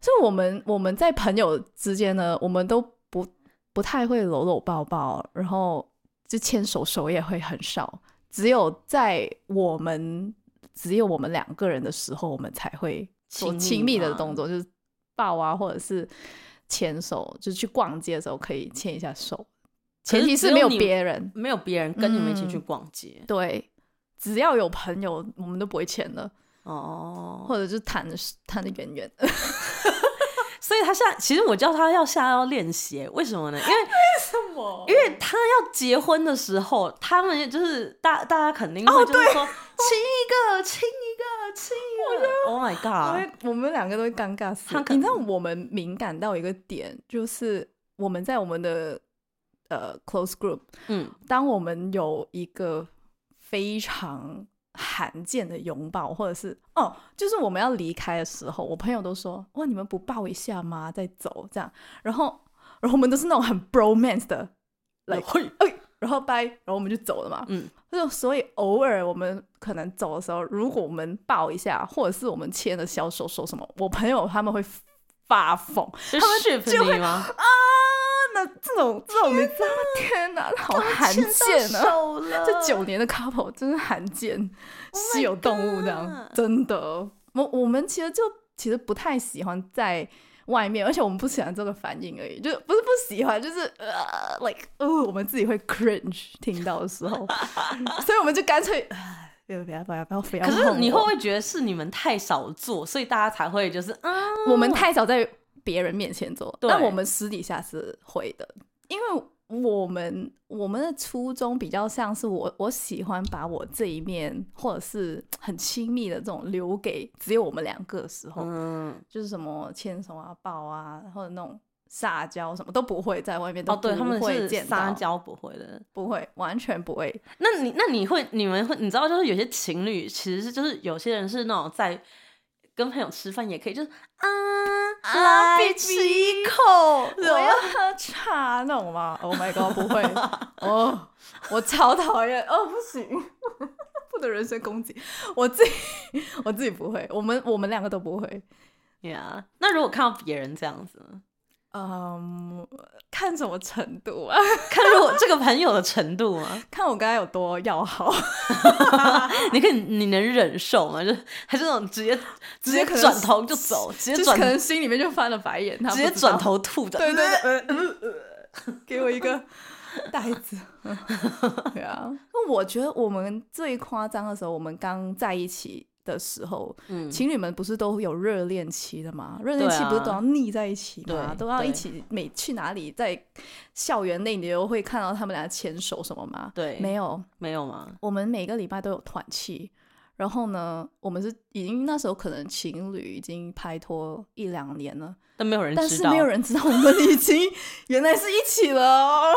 [SPEAKER 1] 所以我们我们在朋友之间呢，我们都不不太会搂搂抱抱，然后就牵手手也会很少，只有在我们只有我们两个人的时候，我们才会做亲
[SPEAKER 3] 亲
[SPEAKER 1] 密
[SPEAKER 3] 密
[SPEAKER 1] 的
[SPEAKER 3] 吗
[SPEAKER 1] 动作，就是抱啊，或者是牵手，就去逛街的时候可以牵一下手，
[SPEAKER 3] 可是
[SPEAKER 1] 前提
[SPEAKER 3] 只
[SPEAKER 1] 是
[SPEAKER 3] 有
[SPEAKER 1] 没有
[SPEAKER 3] 你
[SPEAKER 1] 别人。
[SPEAKER 3] 没有别人跟你们一起去
[SPEAKER 1] 嗯
[SPEAKER 3] 逛街，
[SPEAKER 1] 对，只要有朋友，我们都不会牵的。
[SPEAKER 3] 哦，
[SPEAKER 1] 或者就弹的弹的远远的。
[SPEAKER 3] 所以他现在其实我叫他要下要练习，为什么呢？因为
[SPEAKER 1] 什么
[SPEAKER 3] 因为他要结婚的时候，他们就是大大家肯定会就是说、亲一个，亲一个，亲一个。Oh my
[SPEAKER 1] 因
[SPEAKER 3] god！
[SPEAKER 1] 为我们两个都会尴尬死
[SPEAKER 3] 他。可
[SPEAKER 1] 你知道我们敏感到一个点，就是我们在我们的呃 close group，
[SPEAKER 3] 嗯，
[SPEAKER 1] 当我们有一个非常罕见的拥抱，或者是哦，就是我们要离开的时候，我朋友都说：“哇，你们不抱一下吗？再走这样。”然后，然后我们都是那种很 bromance 的，来
[SPEAKER 3] 会，
[SPEAKER 1] 哎，然后拜，然后我们就走了嘛。
[SPEAKER 3] 嗯，
[SPEAKER 1] 就所以偶尔我们可能走的时候，如果我们抱一下，或者是我们牵着小手手什么，我朋友他们会发疯啊！
[SPEAKER 3] 就 shift 你吗？
[SPEAKER 1] 那这种这种你知道吗？天哪，好罕见 啊！
[SPEAKER 3] 啊
[SPEAKER 1] 这九年的 couple 真是罕见，稀有动物这样，
[SPEAKER 3] Oh God
[SPEAKER 1] 真的。我我们其实就其实不太喜欢在外面，而且我们不喜欢这个反应而已，就是不是不喜欢，就是呃，like 呃，我们自己会 cringe 听到的时 候，所以我们就干脆，唉不要不要不要不要不要
[SPEAKER 3] 可
[SPEAKER 1] 碰我。
[SPEAKER 3] 是你会不会觉得是你们太少做，所以大家才会就是啊？
[SPEAKER 1] 我们太少在别人面前做，
[SPEAKER 3] 对
[SPEAKER 1] 但我们私底下是会的，因为我们我们的初衷比较像是我我喜欢把我这一面或者是很亲密的这种留给只有我们两个的时候，
[SPEAKER 3] 嗯，
[SPEAKER 1] 就是什么牵手啊、抱啊，或者那种撒娇什么都不会在外面都
[SPEAKER 3] 哦，
[SPEAKER 1] 不
[SPEAKER 3] 对，他们
[SPEAKER 1] 会
[SPEAKER 3] 是
[SPEAKER 1] 见
[SPEAKER 3] 撒
[SPEAKER 1] 到，
[SPEAKER 3] 娇不会的。
[SPEAKER 1] 不会完全不会，
[SPEAKER 3] 那你那你会你们会你知道就是有些情侣其实是就是有些人是那种在跟朋友吃饭也可以就是啊
[SPEAKER 1] 啊
[SPEAKER 3] 来
[SPEAKER 1] baby
[SPEAKER 3] 吃一口，
[SPEAKER 1] 我
[SPEAKER 3] 然后
[SPEAKER 1] 要喝茶那种吗？Oh my god，不会 哦，我超讨厌哦，不行， 不能人身攻击，我自己 我自己不会，我们我们两个都不会。
[SPEAKER 3] Yeah，那如果看到别人这样子呢，
[SPEAKER 1] 嗯、看什么程度啊？
[SPEAKER 3] 看如果这个朋友的程度吗？
[SPEAKER 1] 看我刚才有多要好，
[SPEAKER 3] 你可以你能忍受吗？就是还是那种直接直接
[SPEAKER 1] 可能
[SPEAKER 3] 转头就走，直
[SPEAKER 1] 就
[SPEAKER 3] 接
[SPEAKER 1] 是
[SPEAKER 3] 转
[SPEAKER 1] 可能心里面就翻了白眼，他
[SPEAKER 3] 直
[SPEAKER 1] 不
[SPEAKER 3] 接
[SPEAKER 1] 知道
[SPEAKER 3] 转，头吐的。
[SPEAKER 1] 对对 对呃，呃呃给我一个袋子。 对啊，那我觉得我们最夸张的时候，我们刚在一起的时候，
[SPEAKER 3] 嗯，
[SPEAKER 1] 情侣们不是都有热恋期的吗？热恋
[SPEAKER 3] 对
[SPEAKER 1] 期不是都
[SPEAKER 3] 啊
[SPEAKER 1] 要腻在一起吗？
[SPEAKER 3] 对
[SPEAKER 1] 都要一
[SPEAKER 3] 对
[SPEAKER 1] 起每去哪里，在校园内你都会看到他们俩牵手什么吗？
[SPEAKER 3] 对，
[SPEAKER 1] 没有，
[SPEAKER 3] 没有吗？
[SPEAKER 1] 我们每个礼拜都有团契。然后呢，我们是已经那时候可能情侣已经拍拖一两年了，
[SPEAKER 3] 但没有人
[SPEAKER 1] 但
[SPEAKER 3] 知
[SPEAKER 1] 是
[SPEAKER 3] 道，
[SPEAKER 1] 没有人知道我们已经 原来是一起了哦。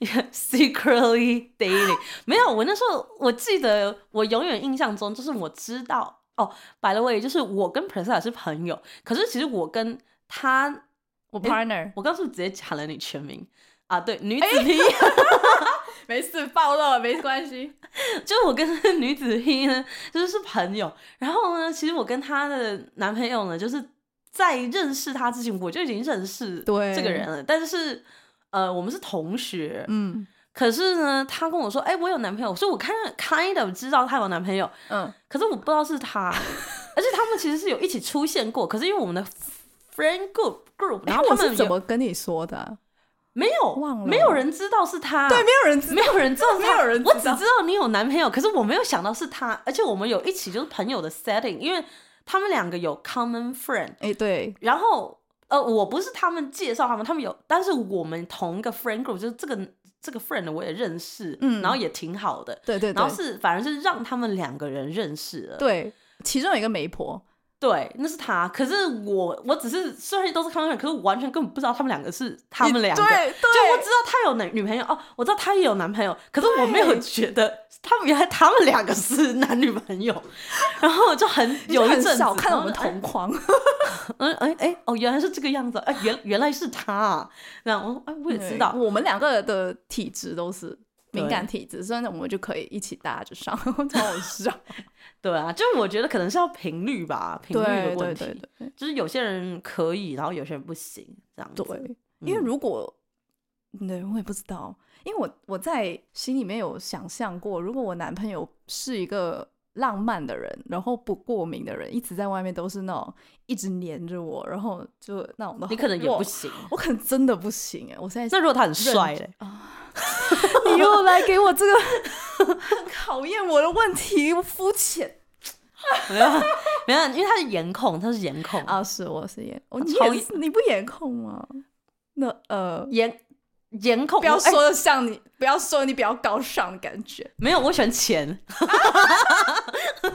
[SPEAKER 3] secretly dating 没有。我那时候我记得，我永远印象中就是我知道哦，by the way，就是我跟 Priscilla 是朋友，可是其实我跟他，
[SPEAKER 1] 我 partner
[SPEAKER 3] 我刚是不是直接喊了你全名啊？对，女子 P，、
[SPEAKER 1] 没事，爆了没关系。
[SPEAKER 3] 就是我跟女子 P 呢，就是是朋友。然后呢，其实我跟她的男朋友呢，就是在认识他之前，我就已经认识
[SPEAKER 1] 对
[SPEAKER 3] 这个人了，但是呃，我们是同学，
[SPEAKER 1] 嗯
[SPEAKER 3] 可是呢，她跟我说：“哎、我有男朋友。”所以我看 kind of 知道她有男朋友，
[SPEAKER 1] 嗯，
[SPEAKER 3] 可是我不知道是她。 而且他们其实是有一起出现过，可是因为我们的 friend group group，然
[SPEAKER 1] 然后哎
[SPEAKER 3] 后他
[SPEAKER 1] 我
[SPEAKER 3] 们
[SPEAKER 1] 是怎
[SPEAKER 3] 有
[SPEAKER 1] 么跟你说的啊？
[SPEAKER 3] 没有
[SPEAKER 1] 忘了
[SPEAKER 3] 没有人知道是她，
[SPEAKER 1] 对，没有人知
[SPEAKER 3] 没
[SPEAKER 1] 道，
[SPEAKER 3] 有人知道是
[SPEAKER 1] 没
[SPEAKER 3] 她，
[SPEAKER 1] 有人
[SPEAKER 3] 我
[SPEAKER 1] 知
[SPEAKER 3] 只
[SPEAKER 1] 道
[SPEAKER 3] 知道你有男朋友，可是我没有想到是她，而且我们有一起就是朋友的 setting，因为他们两个有 common friend，
[SPEAKER 1] 哎，对，
[SPEAKER 3] 然后呃，我不是他们介绍他们，他们有，但是我们同一个 friend group，就是这个这个 friend 我也认识，
[SPEAKER 1] 嗯
[SPEAKER 3] 然后也挺好的，
[SPEAKER 1] 对对对，
[SPEAKER 3] 然后是反而是让他们两个人认识了，
[SPEAKER 1] 对，其中有一个媒婆，
[SPEAKER 3] 对，那是他，可是我我只是虽然都是 common friend，可是我完全根本不知道他们两个是他们两个。
[SPEAKER 1] 对对，
[SPEAKER 3] 就我知道他有男女朋友哦，我知道他也有男朋友，可是我没有觉得他们原来他们两个是男女朋友， 然后我就很有一
[SPEAKER 1] 很
[SPEAKER 3] 阵子
[SPEAKER 1] 少看到我们
[SPEAKER 3] 然后
[SPEAKER 1] 同框，
[SPEAKER 3] 嗯哎哎哦，原来是这个样子啊！原原来是他、啊，然后哎我也知道
[SPEAKER 1] 对，我们两个的体质都是敏感体质，所以呢，我们就可以一起搭着上， 超好 笑。
[SPEAKER 3] 对啊，就我觉得可能是要频率吧，频率的
[SPEAKER 1] 对
[SPEAKER 3] 问
[SPEAKER 1] 对
[SPEAKER 3] 题，
[SPEAKER 1] 对对
[SPEAKER 3] 就是有些人可以，然后有些人不行，这样子。嗯
[SPEAKER 1] 对，因为如果对我也不知道，因为我我在心里面有想象过，如果我男朋友是一个。浪漫的人，然后不过敏的人，一直在外面都是那种一直黏着我，然后就那种的。
[SPEAKER 3] 你可能也
[SPEAKER 1] 我
[SPEAKER 3] 不，行。
[SPEAKER 1] 我可能真的不行哎、我现在
[SPEAKER 3] 哦 那如果他很帅
[SPEAKER 1] 认
[SPEAKER 3] 嘞，
[SPEAKER 1] 你 又来给我这个很考验我的问题，肤浅。
[SPEAKER 3] 没有，啊因为他是颜控，他是颜控
[SPEAKER 1] 啊，是我是颜，哦，你
[SPEAKER 3] 超
[SPEAKER 1] 也是你不颜控吗？那呃，
[SPEAKER 3] 颜颜控。
[SPEAKER 1] 不要
[SPEAKER 3] 我哎
[SPEAKER 1] 说的像你，不要说你比较高尚的感觉。
[SPEAKER 3] 没有，我选钱。
[SPEAKER 1] Oh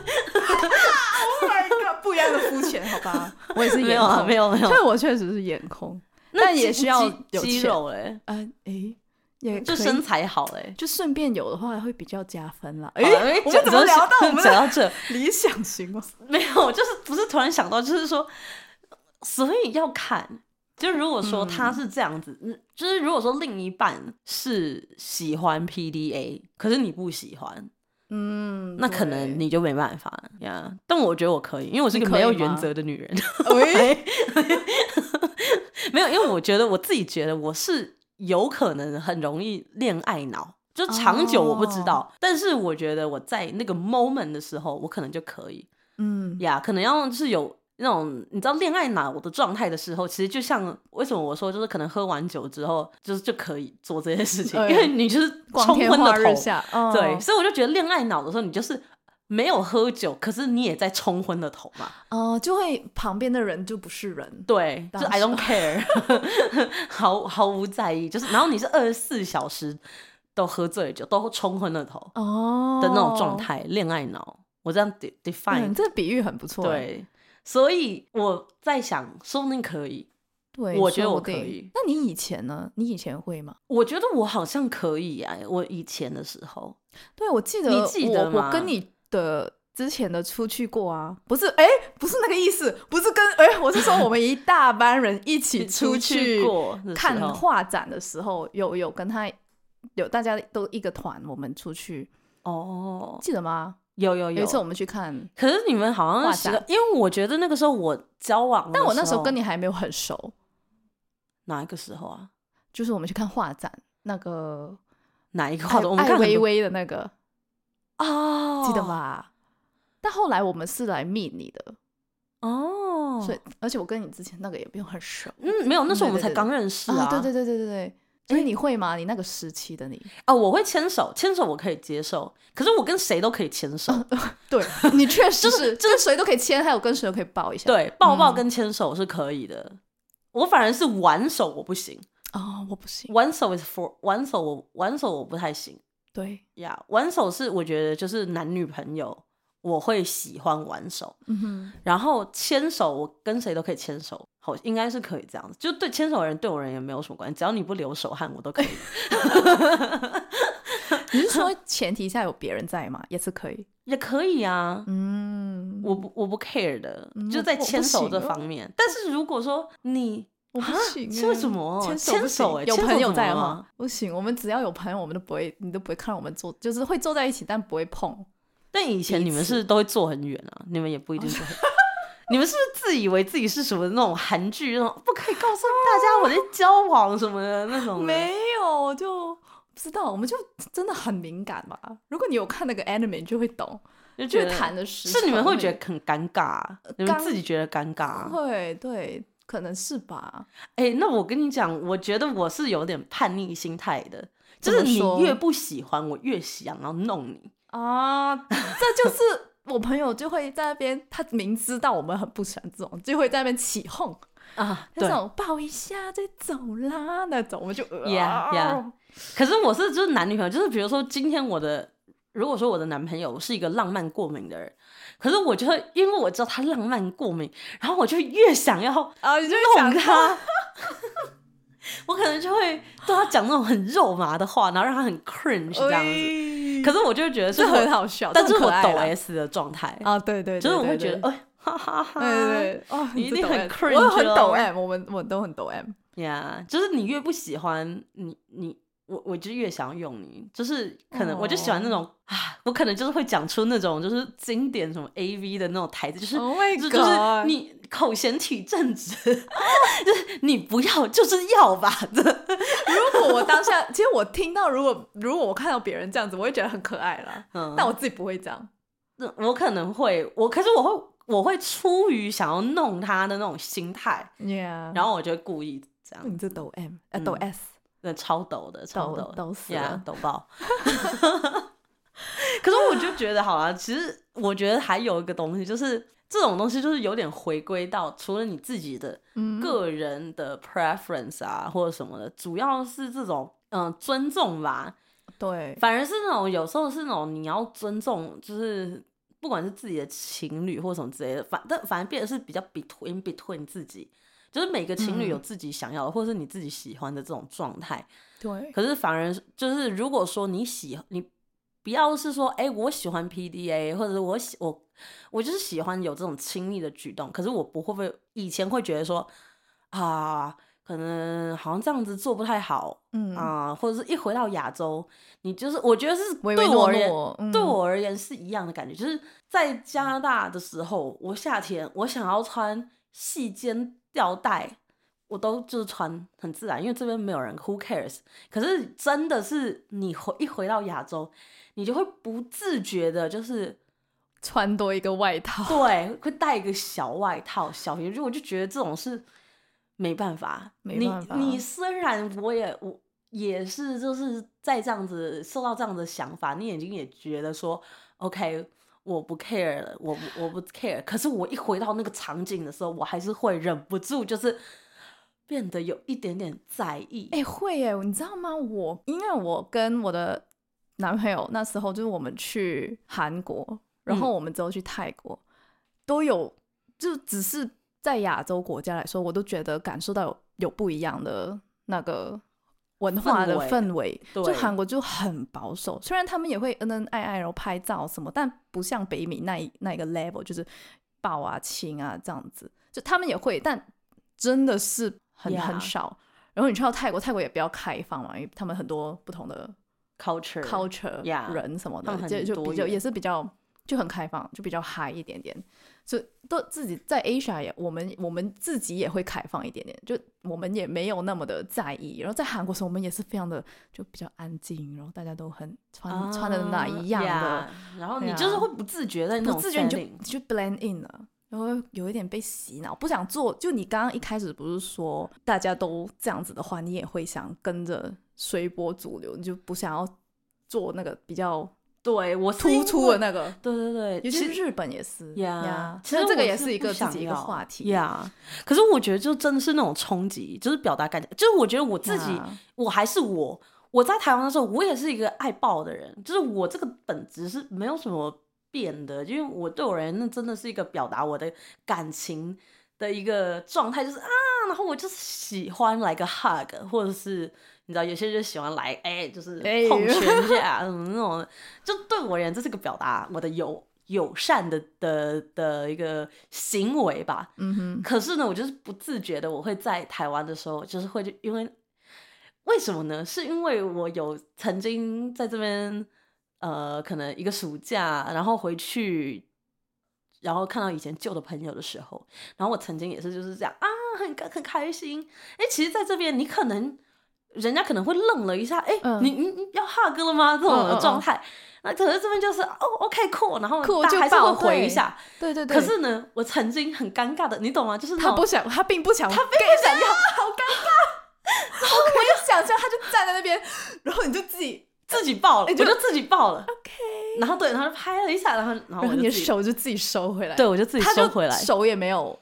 [SPEAKER 1] my god，不一样的肤浅，好吧？ 我也是
[SPEAKER 3] 没
[SPEAKER 1] 颜
[SPEAKER 3] 有啊，
[SPEAKER 1] 控，
[SPEAKER 3] 没有没 有。
[SPEAKER 1] 对我确实是颜控，但
[SPEAKER 3] 肌
[SPEAKER 1] 也需要
[SPEAKER 3] 肌
[SPEAKER 1] 有
[SPEAKER 3] 肌
[SPEAKER 1] 钱
[SPEAKER 3] 肉哎，
[SPEAKER 1] 啊，诶，也
[SPEAKER 3] 就
[SPEAKER 1] 可以
[SPEAKER 3] 身材好哎。
[SPEAKER 1] 就顺便有的话会比较加分啦。哎、
[SPEAKER 3] 好了
[SPEAKER 1] 我们怎么聊到我们
[SPEAKER 3] 讲
[SPEAKER 1] 的
[SPEAKER 3] 到这？
[SPEAKER 1] 理想型吗？
[SPEAKER 3] 没有，就是不是突然想到，就是说，所以要看。就如果说他是这样子，嗯就是如果说另一半是喜欢 PDA，可是你不喜欢，
[SPEAKER 1] 嗯，
[SPEAKER 3] 那可能你就没办法呀。但我觉得我可以，因为我是个
[SPEAKER 1] 你可以
[SPEAKER 3] 没有
[SPEAKER 1] 吗
[SPEAKER 3] 原则的女人。
[SPEAKER 1] 喂，
[SPEAKER 3] 没有，因为我觉得我自己觉得我是有可能很容易恋爱脑，就长久我不
[SPEAKER 1] 哦
[SPEAKER 3] 知道，但是我觉得我在那个 moment 的时候，我可能就可以
[SPEAKER 1] 嗯，
[SPEAKER 3] 呀可能要是有。那种你知道恋爱脑的状态的时候，其实就像为什么我说就是可能喝完酒之后就是就可以做这些事情，
[SPEAKER 1] 哎
[SPEAKER 3] 因为你就是
[SPEAKER 1] 光
[SPEAKER 3] 冲
[SPEAKER 1] 天
[SPEAKER 3] 昏了
[SPEAKER 1] 化
[SPEAKER 3] 头
[SPEAKER 1] 日，下，哦
[SPEAKER 3] 对，所以我就觉得恋爱脑的时候，你就是没有喝酒，可是你也在冲昏了头嘛，
[SPEAKER 1] 哦、就会旁边的人就不是人，
[SPEAKER 3] 对，就
[SPEAKER 1] 当
[SPEAKER 3] I don't care，毫 毫无在意，就是然后你是二十四小时都喝醉了酒，都冲昏了头
[SPEAKER 1] 哦
[SPEAKER 3] 的那种状。态，恋爱脑，我这样 de-
[SPEAKER 1] 嗯，
[SPEAKER 3] define，、
[SPEAKER 1] 这个比喻很不错。欸
[SPEAKER 3] 对，所以我在想，说不定可以，
[SPEAKER 1] 对，
[SPEAKER 3] 我觉得
[SPEAKER 1] 说
[SPEAKER 3] 我
[SPEAKER 1] 不
[SPEAKER 3] 可
[SPEAKER 1] 定
[SPEAKER 3] 以
[SPEAKER 1] 那你以前呢？你以前会吗？
[SPEAKER 3] 我觉得我好像可以啊，我以前的时候，
[SPEAKER 1] 对，我记得
[SPEAKER 3] 你记得
[SPEAKER 1] 我
[SPEAKER 3] 吗
[SPEAKER 1] 我跟你的之前的出去过啊，不是，哎，不是那个意思，不是跟，哎，我是说我们一大班人一起
[SPEAKER 3] 出
[SPEAKER 1] 去
[SPEAKER 3] 过的时
[SPEAKER 1] 看
[SPEAKER 3] 候
[SPEAKER 1] 画展的时候，有有跟他有大家都一个团，我们出去
[SPEAKER 3] 哦，
[SPEAKER 1] 记得吗？
[SPEAKER 3] 有有
[SPEAKER 1] 有一次我们去看，
[SPEAKER 3] 可是你们好像
[SPEAKER 1] 画
[SPEAKER 3] 是十个
[SPEAKER 1] 展，
[SPEAKER 3] 因为我觉得那个时候我交往的，
[SPEAKER 1] 但我那时候跟
[SPEAKER 3] 你
[SPEAKER 1] 你还没有很熟，
[SPEAKER 3] 哪一个时候啊？
[SPEAKER 1] 就是我们去看画展，那个
[SPEAKER 3] 哪一个 画的？我们
[SPEAKER 1] 艾艾
[SPEAKER 3] 看很
[SPEAKER 1] 薇
[SPEAKER 3] 多
[SPEAKER 1] 薇的那个，
[SPEAKER 3] 哦，
[SPEAKER 1] 记得？吧？但后来我们是来 meet 你的，
[SPEAKER 3] 哦，
[SPEAKER 1] 所以而且我跟你之前那个也没有很熟
[SPEAKER 3] 嗯，没有，那时候我们
[SPEAKER 1] 对对
[SPEAKER 3] 才
[SPEAKER 1] 对啊
[SPEAKER 3] 刚认识啊
[SPEAKER 1] 对对
[SPEAKER 3] 对
[SPEAKER 1] 对对对
[SPEAKER 3] 哎
[SPEAKER 1] 对。所以你会吗？你那个时期的你，
[SPEAKER 3] 哦，我会牵手，牵手我可以接受，可是我跟谁都可以牵手，
[SPEAKER 1] 对你确实是，就是谁都可以牵，还有跟谁都可以抱一下。
[SPEAKER 3] 对，抱
[SPEAKER 1] 嗯
[SPEAKER 3] 抱跟牵手是可以的。我反而是挽手我不行，
[SPEAKER 1] 啊，我不行。
[SPEAKER 3] 挽手 is for 挽手我挽手我不太行
[SPEAKER 1] 对，
[SPEAKER 3] 呀挽手是我觉得就是男女朋友我会喜欢挽手，
[SPEAKER 1] 嗯哼，
[SPEAKER 3] 然后牵手我跟谁都可以牵手，好应该是可以这样子，就对牵手的人对我人也没有什么关系，只要你不流手汗我都可以。
[SPEAKER 1] 你是说前提下有别人在吗？也是可以。
[SPEAKER 3] 也可以啊，
[SPEAKER 1] 嗯，
[SPEAKER 3] 我不我不 care 的，
[SPEAKER 1] 嗯
[SPEAKER 3] 就
[SPEAKER 1] 我
[SPEAKER 3] 在
[SPEAKER 1] 我不
[SPEAKER 3] 牵手
[SPEAKER 1] 行
[SPEAKER 3] 这
[SPEAKER 1] 哦
[SPEAKER 3] 方面。但是如果说你
[SPEAKER 1] 我不
[SPEAKER 3] 啊
[SPEAKER 1] 行
[SPEAKER 3] 是为
[SPEAKER 1] 欸
[SPEAKER 3] 什么
[SPEAKER 1] 牵
[SPEAKER 3] 牵
[SPEAKER 1] 不
[SPEAKER 3] 手
[SPEAKER 1] 行
[SPEAKER 3] 欸
[SPEAKER 1] 有
[SPEAKER 3] 牵手
[SPEAKER 1] 朋友
[SPEAKER 3] 怎么
[SPEAKER 1] 在的
[SPEAKER 3] 了
[SPEAKER 1] 话
[SPEAKER 3] 吗
[SPEAKER 1] 不行，我们只要有朋友，我们都不会，你都不会看到我们坐，就是会坐在一起，但不会碰。
[SPEAKER 3] 但以前
[SPEAKER 1] 彼
[SPEAKER 3] 你们
[SPEAKER 1] 此
[SPEAKER 3] 是都会坐很远啊，你们也不一定坐很 你们是不是自以为自己是什么那种韩剧那种不可以告诉大家我在交往什么的那种的？
[SPEAKER 1] 没有，我就不知道，我们就真的很敏感吧。如果你有看那个 anime，你就会懂，
[SPEAKER 3] 就
[SPEAKER 1] 就
[SPEAKER 3] 觉
[SPEAKER 1] 是
[SPEAKER 3] 得
[SPEAKER 1] 谈的时
[SPEAKER 3] 是你们
[SPEAKER 1] 长
[SPEAKER 3] 会觉
[SPEAKER 1] 那
[SPEAKER 3] 得很尴尬啊，你们
[SPEAKER 1] 尴
[SPEAKER 3] 自己觉得尴尬
[SPEAKER 1] 个
[SPEAKER 3] 啊。
[SPEAKER 1] 会对，可能是吧。
[SPEAKER 3] 哎、那我跟你讲，我觉得我是有点叛逆心态的，就
[SPEAKER 1] 怎
[SPEAKER 3] 是
[SPEAKER 1] 么
[SPEAKER 3] 你
[SPEAKER 1] 说
[SPEAKER 3] 越不喜欢，我越想要弄你。
[SPEAKER 1] 啊，这就是我朋友就会在那边，他明知道我们很不喜欢这种，就会在那边起哄，
[SPEAKER 3] 啊，
[SPEAKER 1] 那
[SPEAKER 3] 对，
[SPEAKER 1] 种抱一下再走啦那种，我们就啊
[SPEAKER 3] Yeah, yeah 可是我是就是男女朋友，就是比如说今天我的，如果说我的男朋友是一个浪漫过敏的人，可是我就会因为我知道他浪漫过敏，然后我就越想要
[SPEAKER 1] 啊，你就会想
[SPEAKER 3] 弄
[SPEAKER 1] 说
[SPEAKER 3] 他，我可能就会对他讲那种很肉麻的话，然后让他很 cringe 这样子。
[SPEAKER 1] 哎
[SPEAKER 3] 可是我就会觉得
[SPEAKER 1] 这
[SPEAKER 3] 我
[SPEAKER 1] 很，好笑，
[SPEAKER 3] 但是
[SPEAKER 1] 这很
[SPEAKER 3] 我
[SPEAKER 1] 可爱
[SPEAKER 3] 抖
[SPEAKER 1] 啦
[SPEAKER 3] S 的状态，
[SPEAKER 1] 啊，对对，对
[SPEAKER 3] 就是我
[SPEAKER 1] 对
[SPEAKER 3] 会
[SPEAKER 1] 哦
[SPEAKER 3] 觉得，哎，哈哈哈，
[SPEAKER 1] 对对对，哦，
[SPEAKER 3] 你一
[SPEAKER 1] 这
[SPEAKER 3] 定
[SPEAKER 1] 抖
[SPEAKER 3] 很
[SPEAKER 1] M
[SPEAKER 3] cringe
[SPEAKER 1] 我很抖
[SPEAKER 3] 哦
[SPEAKER 1] M，我们我们都很哎抖 M，
[SPEAKER 3] 呀就是你越不喜欢你你我，我就越想要用你，就是可能我就喜欢
[SPEAKER 1] 哦
[SPEAKER 3] 那种、啊，我可能就是会讲出那种就是经典什么 A V 的那种台词，就是、
[SPEAKER 1] Oh my
[SPEAKER 3] 就就是
[SPEAKER 1] God
[SPEAKER 3] 你口嫌体正直， 就是你不要就是要吧，这
[SPEAKER 1] 如果我当下，其实我听到，如果如果我看到别人这样子，我会觉得很可爱啦。
[SPEAKER 3] 嗯
[SPEAKER 1] 但我自己不会这样。
[SPEAKER 3] 那我可能会我，可是我会我会出于想要弄他的那种心态，
[SPEAKER 1] Yeah，嗯
[SPEAKER 3] 然后我就会故意这样
[SPEAKER 1] 你这抖 M，呃，抖
[SPEAKER 3] 嗯
[SPEAKER 1] S，
[SPEAKER 3] 那超抖的，超
[SPEAKER 1] 抖
[SPEAKER 3] 抖的
[SPEAKER 1] 抖死
[SPEAKER 3] 呀
[SPEAKER 1] 了
[SPEAKER 3] 抖爆。 可是我就觉得，好啊，其实我觉得还有一个东西，就是这种东西就是有点回归到除了你自己的
[SPEAKER 1] 嗯
[SPEAKER 3] 个人的 preference 啊，或者什么的，主要是这种嗯、呃尊重吧。
[SPEAKER 1] 对，
[SPEAKER 3] 反而是那种有时候是那种你要尊重，就是不管是自己的情侣或什么之类的，反但反正变得是比较 between between 自己，就是每个情侣有自己想要的，或者是你自己喜欢的这种状态。
[SPEAKER 1] 对，
[SPEAKER 3] 可是反而是就是如果说你喜你。不要是说，哎、我喜欢 PDA，或者是我喜我我就是喜欢有这种亲密的举动，可是我不会不会以前会觉得说啊，可能好像这样子做不太好，
[SPEAKER 1] 嗯，
[SPEAKER 3] 啊、或者是一回到亚洲，你就是我觉得是
[SPEAKER 1] 唯
[SPEAKER 3] 对
[SPEAKER 1] 唯
[SPEAKER 3] 我
[SPEAKER 1] 诺
[SPEAKER 3] 而言，
[SPEAKER 1] 诺，嗯
[SPEAKER 3] 对我而言是一样的感觉，就是在加拿大的时候，我夏天我想要穿细肩吊带，我都就是穿很自然，因为这边没有人 who cares。可是真的是你回一回到亚洲，你就会不自觉的，就是
[SPEAKER 1] 穿多一个外套，
[SPEAKER 3] 对，会带一个小外套、小鞋，就我就觉得这种是没办法。
[SPEAKER 1] 没办法
[SPEAKER 3] 你你虽然我也我也是就是在这样子受到这样的想法，你眼睛也觉得说 OK，我不 care 了，我不我不 care。可是我一回到那个场景的时候，我还是会忍不住就是变得有一点点在意。
[SPEAKER 1] 哎、会耶，你知道吗？我因为我跟我的男朋友那时候就是我们去韩国，然
[SPEAKER 3] 嗯
[SPEAKER 1] 后我们之后去泰国，都有就只是在亚洲国家来说，我都觉得感受到有有不一样的那个文化的
[SPEAKER 3] 氛围
[SPEAKER 1] 氛围。就
[SPEAKER 3] 对
[SPEAKER 1] 韩国就很保守，虽然他们也会恩恩爱爱，然后拍照什么，但不像北美那一那一个 level，就是抱啊亲啊这样子，就他们也会，但真的是很
[SPEAKER 3] Yeah
[SPEAKER 1] 很少。然后你去到泰国，泰国也比较开放嘛，因为他们很多不同的
[SPEAKER 3] culture
[SPEAKER 1] culture
[SPEAKER 3] Yeah，
[SPEAKER 1] 人什么
[SPEAKER 3] 他
[SPEAKER 1] 的，
[SPEAKER 3] 们很
[SPEAKER 1] 就就
[SPEAKER 3] 多
[SPEAKER 1] 比较
[SPEAKER 3] 元
[SPEAKER 1] 也是比较就很开放，就比较嗨一点点。所以都自己在 Asia 也，我们我们自己也会开放一点点，就我们也没有那么的在意。然后在韩国时候，我们也是非常的就比较安静，然后大家都很穿、穿的哪一样的
[SPEAKER 3] 啊，yeah，然后你
[SPEAKER 1] 对啊
[SPEAKER 3] 就是会不自觉的那种
[SPEAKER 1] 不自觉你就
[SPEAKER 3] feeling
[SPEAKER 1] 你就 blend in 了，然后有一点被洗脑，不想做。就你刚刚一开始不是说大家都这样子的话，你也会想跟着随波逐流，你就不想要做那个比较
[SPEAKER 3] 对我是
[SPEAKER 1] 突
[SPEAKER 3] 因
[SPEAKER 1] 出的
[SPEAKER 3] 为
[SPEAKER 1] 那个。
[SPEAKER 3] 对对对，
[SPEAKER 1] 尤
[SPEAKER 3] 其
[SPEAKER 1] 其
[SPEAKER 3] 实
[SPEAKER 1] 是日本也是
[SPEAKER 3] 呀
[SPEAKER 1] 呀，
[SPEAKER 3] 其实
[SPEAKER 1] 那这
[SPEAKER 3] 我
[SPEAKER 1] 个也
[SPEAKER 3] 是
[SPEAKER 1] 是一
[SPEAKER 3] 不
[SPEAKER 1] 个自
[SPEAKER 3] 想
[SPEAKER 1] 己一个
[SPEAKER 3] 要
[SPEAKER 1] 话题
[SPEAKER 3] 呀。可是我觉得就真的是那种冲击，就是表达感情，就是我觉得我自己
[SPEAKER 1] 呀
[SPEAKER 3] 我还是我。我在台湾的时候，我也是一个爱爆的人，就是我这个本质是没有什么变的，因为我对我而言，那真的是一个表达我的感情的一个状态，就是啊，然后我就是喜欢来个 hug，或者是你知道，有些人就喜欢来哎、就是
[SPEAKER 1] 哎
[SPEAKER 3] 碰拳一下什么那种的，就对我而言，这是个表达我的友友善的的的一个行为吧。
[SPEAKER 1] 嗯哼，
[SPEAKER 3] 可是呢，我就是不自觉的，我会在台湾的时候，就是会去因为为什么呢？是因为我有曾经在这边，呃，可能一个暑假，然后回去，然后看到以前旧的朋友的时候，然后我曾经也是就是这样啊，很开很开心。哎，其实在这边你可能。人家可能会愣了一下，哎、
[SPEAKER 1] 嗯
[SPEAKER 3] 你你你要哈哥了吗？这种
[SPEAKER 1] 嗯嗯嗯
[SPEAKER 3] 的状态，那、可是这边就是哦，OK cool，然后
[SPEAKER 1] Cool，
[SPEAKER 3] 大家
[SPEAKER 1] 就
[SPEAKER 3] 还是会
[SPEAKER 1] 爆
[SPEAKER 3] 回一
[SPEAKER 1] 对
[SPEAKER 3] 下，
[SPEAKER 1] 对对对。
[SPEAKER 3] 可是呢，我曾经很尴尬的，你懂吗？就是那
[SPEAKER 1] 他
[SPEAKER 3] 种
[SPEAKER 1] 不想，他并不想，他并
[SPEAKER 3] 不想要
[SPEAKER 1] 好尴尬。然后我就想象他就站在那边，然后你就自己，
[SPEAKER 3] 自己抱了，
[SPEAKER 1] 哎就
[SPEAKER 3] 我就自己抱了。OK。然后对，然后拍了一下，然后然
[SPEAKER 1] 然
[SPEAKER 3] 后我
[SPEAKER 1] 后
[SPEAKER 3] 就
[SPEAKER 1] 你的
[SPEAKER 3] 自己，
[SPEAKER 1] 手就自己收回来，
[SPEAKER 3] 对，我就自己
[SPEAKER 1] 他就
[SPEAKER 3] 收回来。
[SPEAKER 1] 手也没有。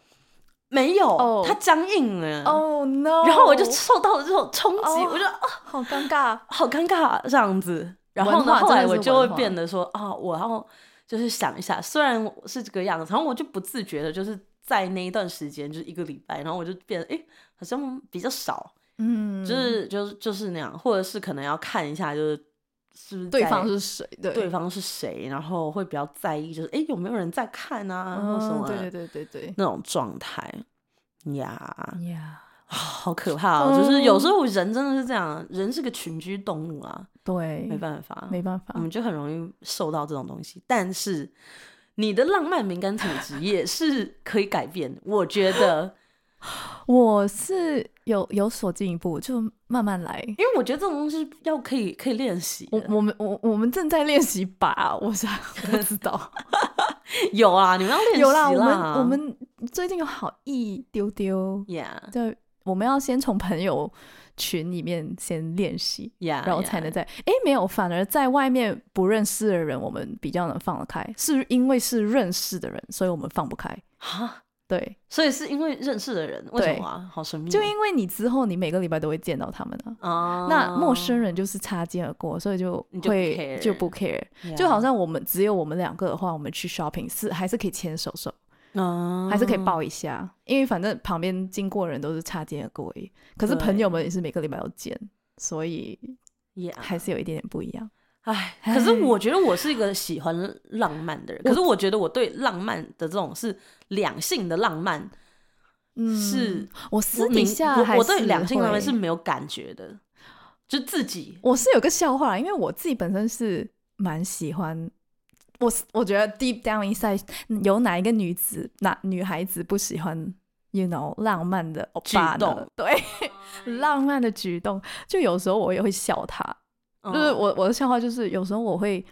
[SPEAKER 3] 没有，
[SPEAKER 1] 哦
[SPEAKER 3] 它僵硬了。
[SPEAKER 1] Oh no！
[SPEAKER 3] 然后我就受到了这种冲击，
[SPEAKER 1] 哦
[SPEAKER 3] 我就啊
[SPEAKER 1] 好尴尬。
[SPEAKER 3] 好尴尬这样子。然后
[SPEAKER 1] 文
[SPEAKER 3] 呢，
[SPEAKER 1] 化
[SPEAKER 3] 后来
[SPEAKER 1] 真的
[SPEAKER 3] 我
[SPEAKER 1] 是
[SPEAKER 3] 就会
[SPEAKER 1] 文化
[SPEAKER 3] 变得说啊，我要就是想一下，虽然我是这个样子，然后我就不自觉的，就是在那一段时间，就是一个礼拜，然后我就变得哎，好像比较少
[SPEAKER 1] 嗯，
[SPEAKER 3] 就是就是就是那样，或者是可能要看一下，就是是不是
[SPEAKER 1] 对
[SPEAKER 3] 在
[SPEAKER 1] 方是谁？对
[SPEAKER 3] 对方是谁，然后会比较在意，就是哎、诶有没有人在看啊，或什
[SPEAKER 1] 嗯，
[SPEAKER 3] 么
[SPEAKER 1] 对对对对对。
[SPEAKER 3] 那种状态呀啊
[SPEAKER 1] 呀，
[SPEAKER 3] 好可怕、哦！就是有
[SPEAKER 1] 嗯
[SPEAKER 3] 时候人真的是这样，人是个群居动物啊，
[SPEAKER 1] 对，
[SPEAKER 3] 没办法，嗯
[SPEAKER 1] 没办法
[SPEAKER 3] 我，们就很容易受到这种东西。但是你的浪漫敏感体质也是可以改变的，我觉得，
[SPEAKER 1] 我是有有所进一步，就慢慢来。
[SPEAKER 3] 因为我觉得这种东西要可以可以练习的。
[SPEAKER 1] 我我们我我们正在练习吧，我 想不知道。
[SPEAKER 3] 有啊，你们要练习
[SPEAKER 1] 有啦，我们
[SPEAKER 3] 啦
[SPEAKER 1] 我们最近有好一丢丢，
[SPEAKER 3] ，Yeah，
[SPEAKER 1] 对，我们要先从朋友群里面先练习，
[SPEAKER 3] 啊呀，
[SPEAKER 1] 然后才能在诶，没有，反而在外面不认识的人，我们比较能放得开，是因为是认识的人，所以我们放不开。
[SPEAKER 3] 啊。
[SPEAKER 1] 对，
[SPEAKER 3] 所以是因为认识的人，为什么啊？好神秘哦，
[SPEAKER 1] 就因为你之后你每个礼拜都会见到他们啊。
[SPEAKER 3] 啊，
[SPEAKER 1] 那陌生人就是擦肩而过，所以就
[SPEAKER 3] 你就不
[SPEAKER 1] 会
[SPEAKER 3] care 啊
[SPEAKER 1] 就不 care，
[SPEAKER 3] 呀
[SPEAKER 1] 就好像我们只有我们两个的话，我们去 shopping 是还是可以牵手手，
[SPEAKER 3] 啊
[SPEAKER 1] 还是可以抱一下，因为反正旁边经过的人都是擦肩而过而已。可是
[SPEAKER 3] 对
[SPEAKER 1] 朋友们也是每个礼拜都见，所以
[SPEAKER 3] 呀
[SPEAKER 1] 还是有一点点不一样。
[SPEAKER 3] 唉，可是我觉得我是一个喜欢浪漫的人，可是我觉得我对浪漫的这种是两性的浪漫，
[SPEAKER 1] 嗯，
[SPEAKER 3] 是
[SPEAKER 1] 我
[SPEAKER 3] 我
[SPEAKER 1] 私底
[SPEAKER 3] 明
[SPEAKER 1] 下
[SPEAKER 3] 我
[SPEAKER 1] 还
[SPEAKER 3] 我对
[SPEAKER 1] 是
[SPEAKER 3] 两性浪漫
[SPEAKER 1] 会
[SPEAKER 3] 是没有感觉的，就自己
[SPEAKER 1] 我是有个笑话啦，因为我自己本身是蛮喜欢，我是我觉得 deep down inside 有哪一个女子、哪女孩子不喜欢，you know，浪漫的欧巴
[SPEAKER 3] 举
[SPEAKER 1] 呢
[SPEAKER 3] 动？
[SPEAKER 1] 对， 浪漫的举动，就有时候我也会笑他，就是
[SPEAKER 3] 嗯
[SPEAKER 1] 我我的笑话就是有时候我会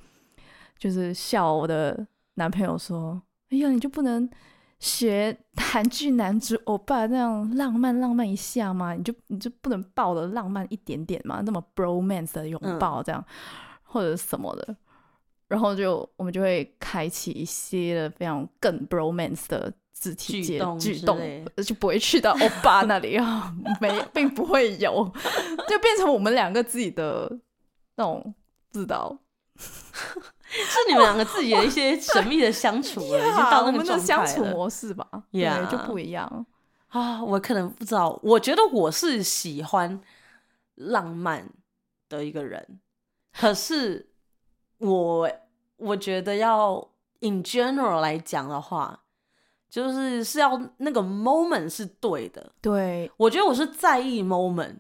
[SPEAKER 1] 就是笑我的男朋友说：“哎呀，你就不能学 韩剧男主欧巴那样浪漫浪漫一下吗？你就你就不能抱的浪漫一点点吗？那么 bromance 的拥抱这样、或者什么的。”然后就我们就会开启一些的非常更 bromance 的肢体
[SPEAKER 3] 举
[SPEAKER 1] 接
[SPEAKER 3] 动
[SPEAKER 1] 举
[SPEAKER 3] 之
[SPEAKER 1] 动呃
[SPEAKER 3] 类，
[SPEAKER 1] 就不会去到欧巴那里啊， 没并不会有，就变成我们两个自己的那种不知道，
[SPEAKER 3] 是你们两个自己的一些神秘的相处 了，已经
[SPEAKER 1] 啊
[SPEAKER 3] 到
[SPEAKER 1] 我
[SPEAKER 3] 那个
[SPEAKER 1] 们的
[SPEAKER 3] 状
[SPEAKER 1] 相
[SPEAKER 3] 态
[SPEAKER 1] 处
[SPEAKER 3] 了
[SPEAKER 1] 模式吧对，
[SPEAKER 3] Yeah
[SPEAKER 1] 就不一样。
[SPEAKER 3] 啊，我可能不知道，我觉得我是喜欢浪漫的一个人，可是我我觉得要 in general 来讲的话，就是是要那个 moment 是对的。
[SPEAKER 1] 对，
[SPEAKER 3] 我觉得我是在意 moment，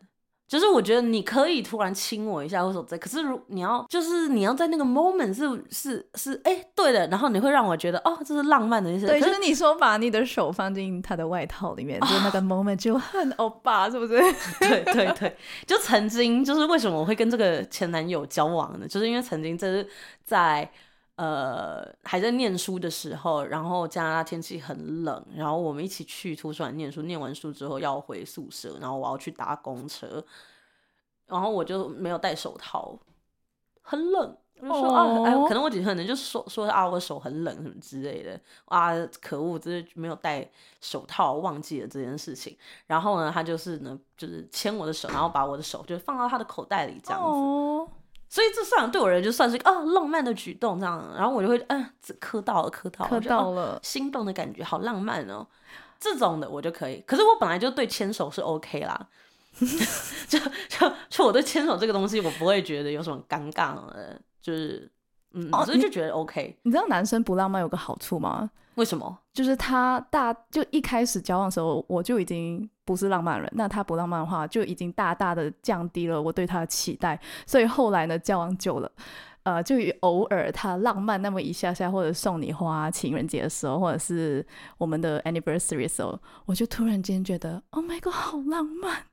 [SPEAKER 3] 就是我觉得你可以突然亲我一下或什么之类，可是如你要就是你要在那个 moment 是是是哎、对的，然后你会让我觉得哦这是啊浪漫的一些，
[SPEAKER 1] 对，
[SPEAKER 3] 可
[SPEAKER 1] 就是是你说把你的手放进他的外套里面，就那个 moment 就很欧巴，是不是？
[SPEAKER 3] 对对对，就曾经就是为什么我会跟这个前男友交往呢？就是因为曾经这是在呃还在念书的时候，然后加拿大天气很冷，然后我们一起去图书馆念书，念完书之后要回宿舍，然后我要去搭公车，然后我就没有戴手套，很冷。我就说啊，哎，
[SPEAKER 1] 哦
[SPEAKER 3] 可能我只可能就说说啊，我手很冷什么之类的啊，可恶，就是没有戴手套，忘记了这件事情。然后呢，他就是呢，就是牵我的手，然后把我的手就放到他的口袋里这样子。
[SPEAKER 1] 哦，
[SPEAKER 3] 所以这算对我而言就算是一个啊浪漫的举动这样。然后我就会嗯，这磕到了，磕到了，
[SPEAKER 1] 磕
[SPEAKER 3] 我就
[SPEAKER 1] 到
[SPEAKER 3] 哦
[SPEAKER 1] 了
[SPEAKER 3] 心动的感觉，好浪漫哦。这种的我就可以，可是我本来就对牵手是 OK 啦， 就就就我对牵手这个东西，我不会觉得有什么尴尬的，就是嗯，
[SPEAKER 1] 哦
[SPEAKER 3] 所以
[SPEAKER 1] 你
[SPEAKER 3] 就觉得 OK。
[SPEAKER 1] 你知道男生不浪漫有个好处吗？
[SPEAKER 3] 为什么？
[SPEAKER 1] 就是他大就一开始交往的时候，我就已经不是浪漫人，那他不浪漫的话，就已经大大的降低了我对他的期待。所以后来呢，交往久了，呃，就有偶尔他浪漫那么一下下，或者送你花，情人节的时候，或者是我们的 anniversary 的时候，我就突然间觉得，Oh my god，好浪漫！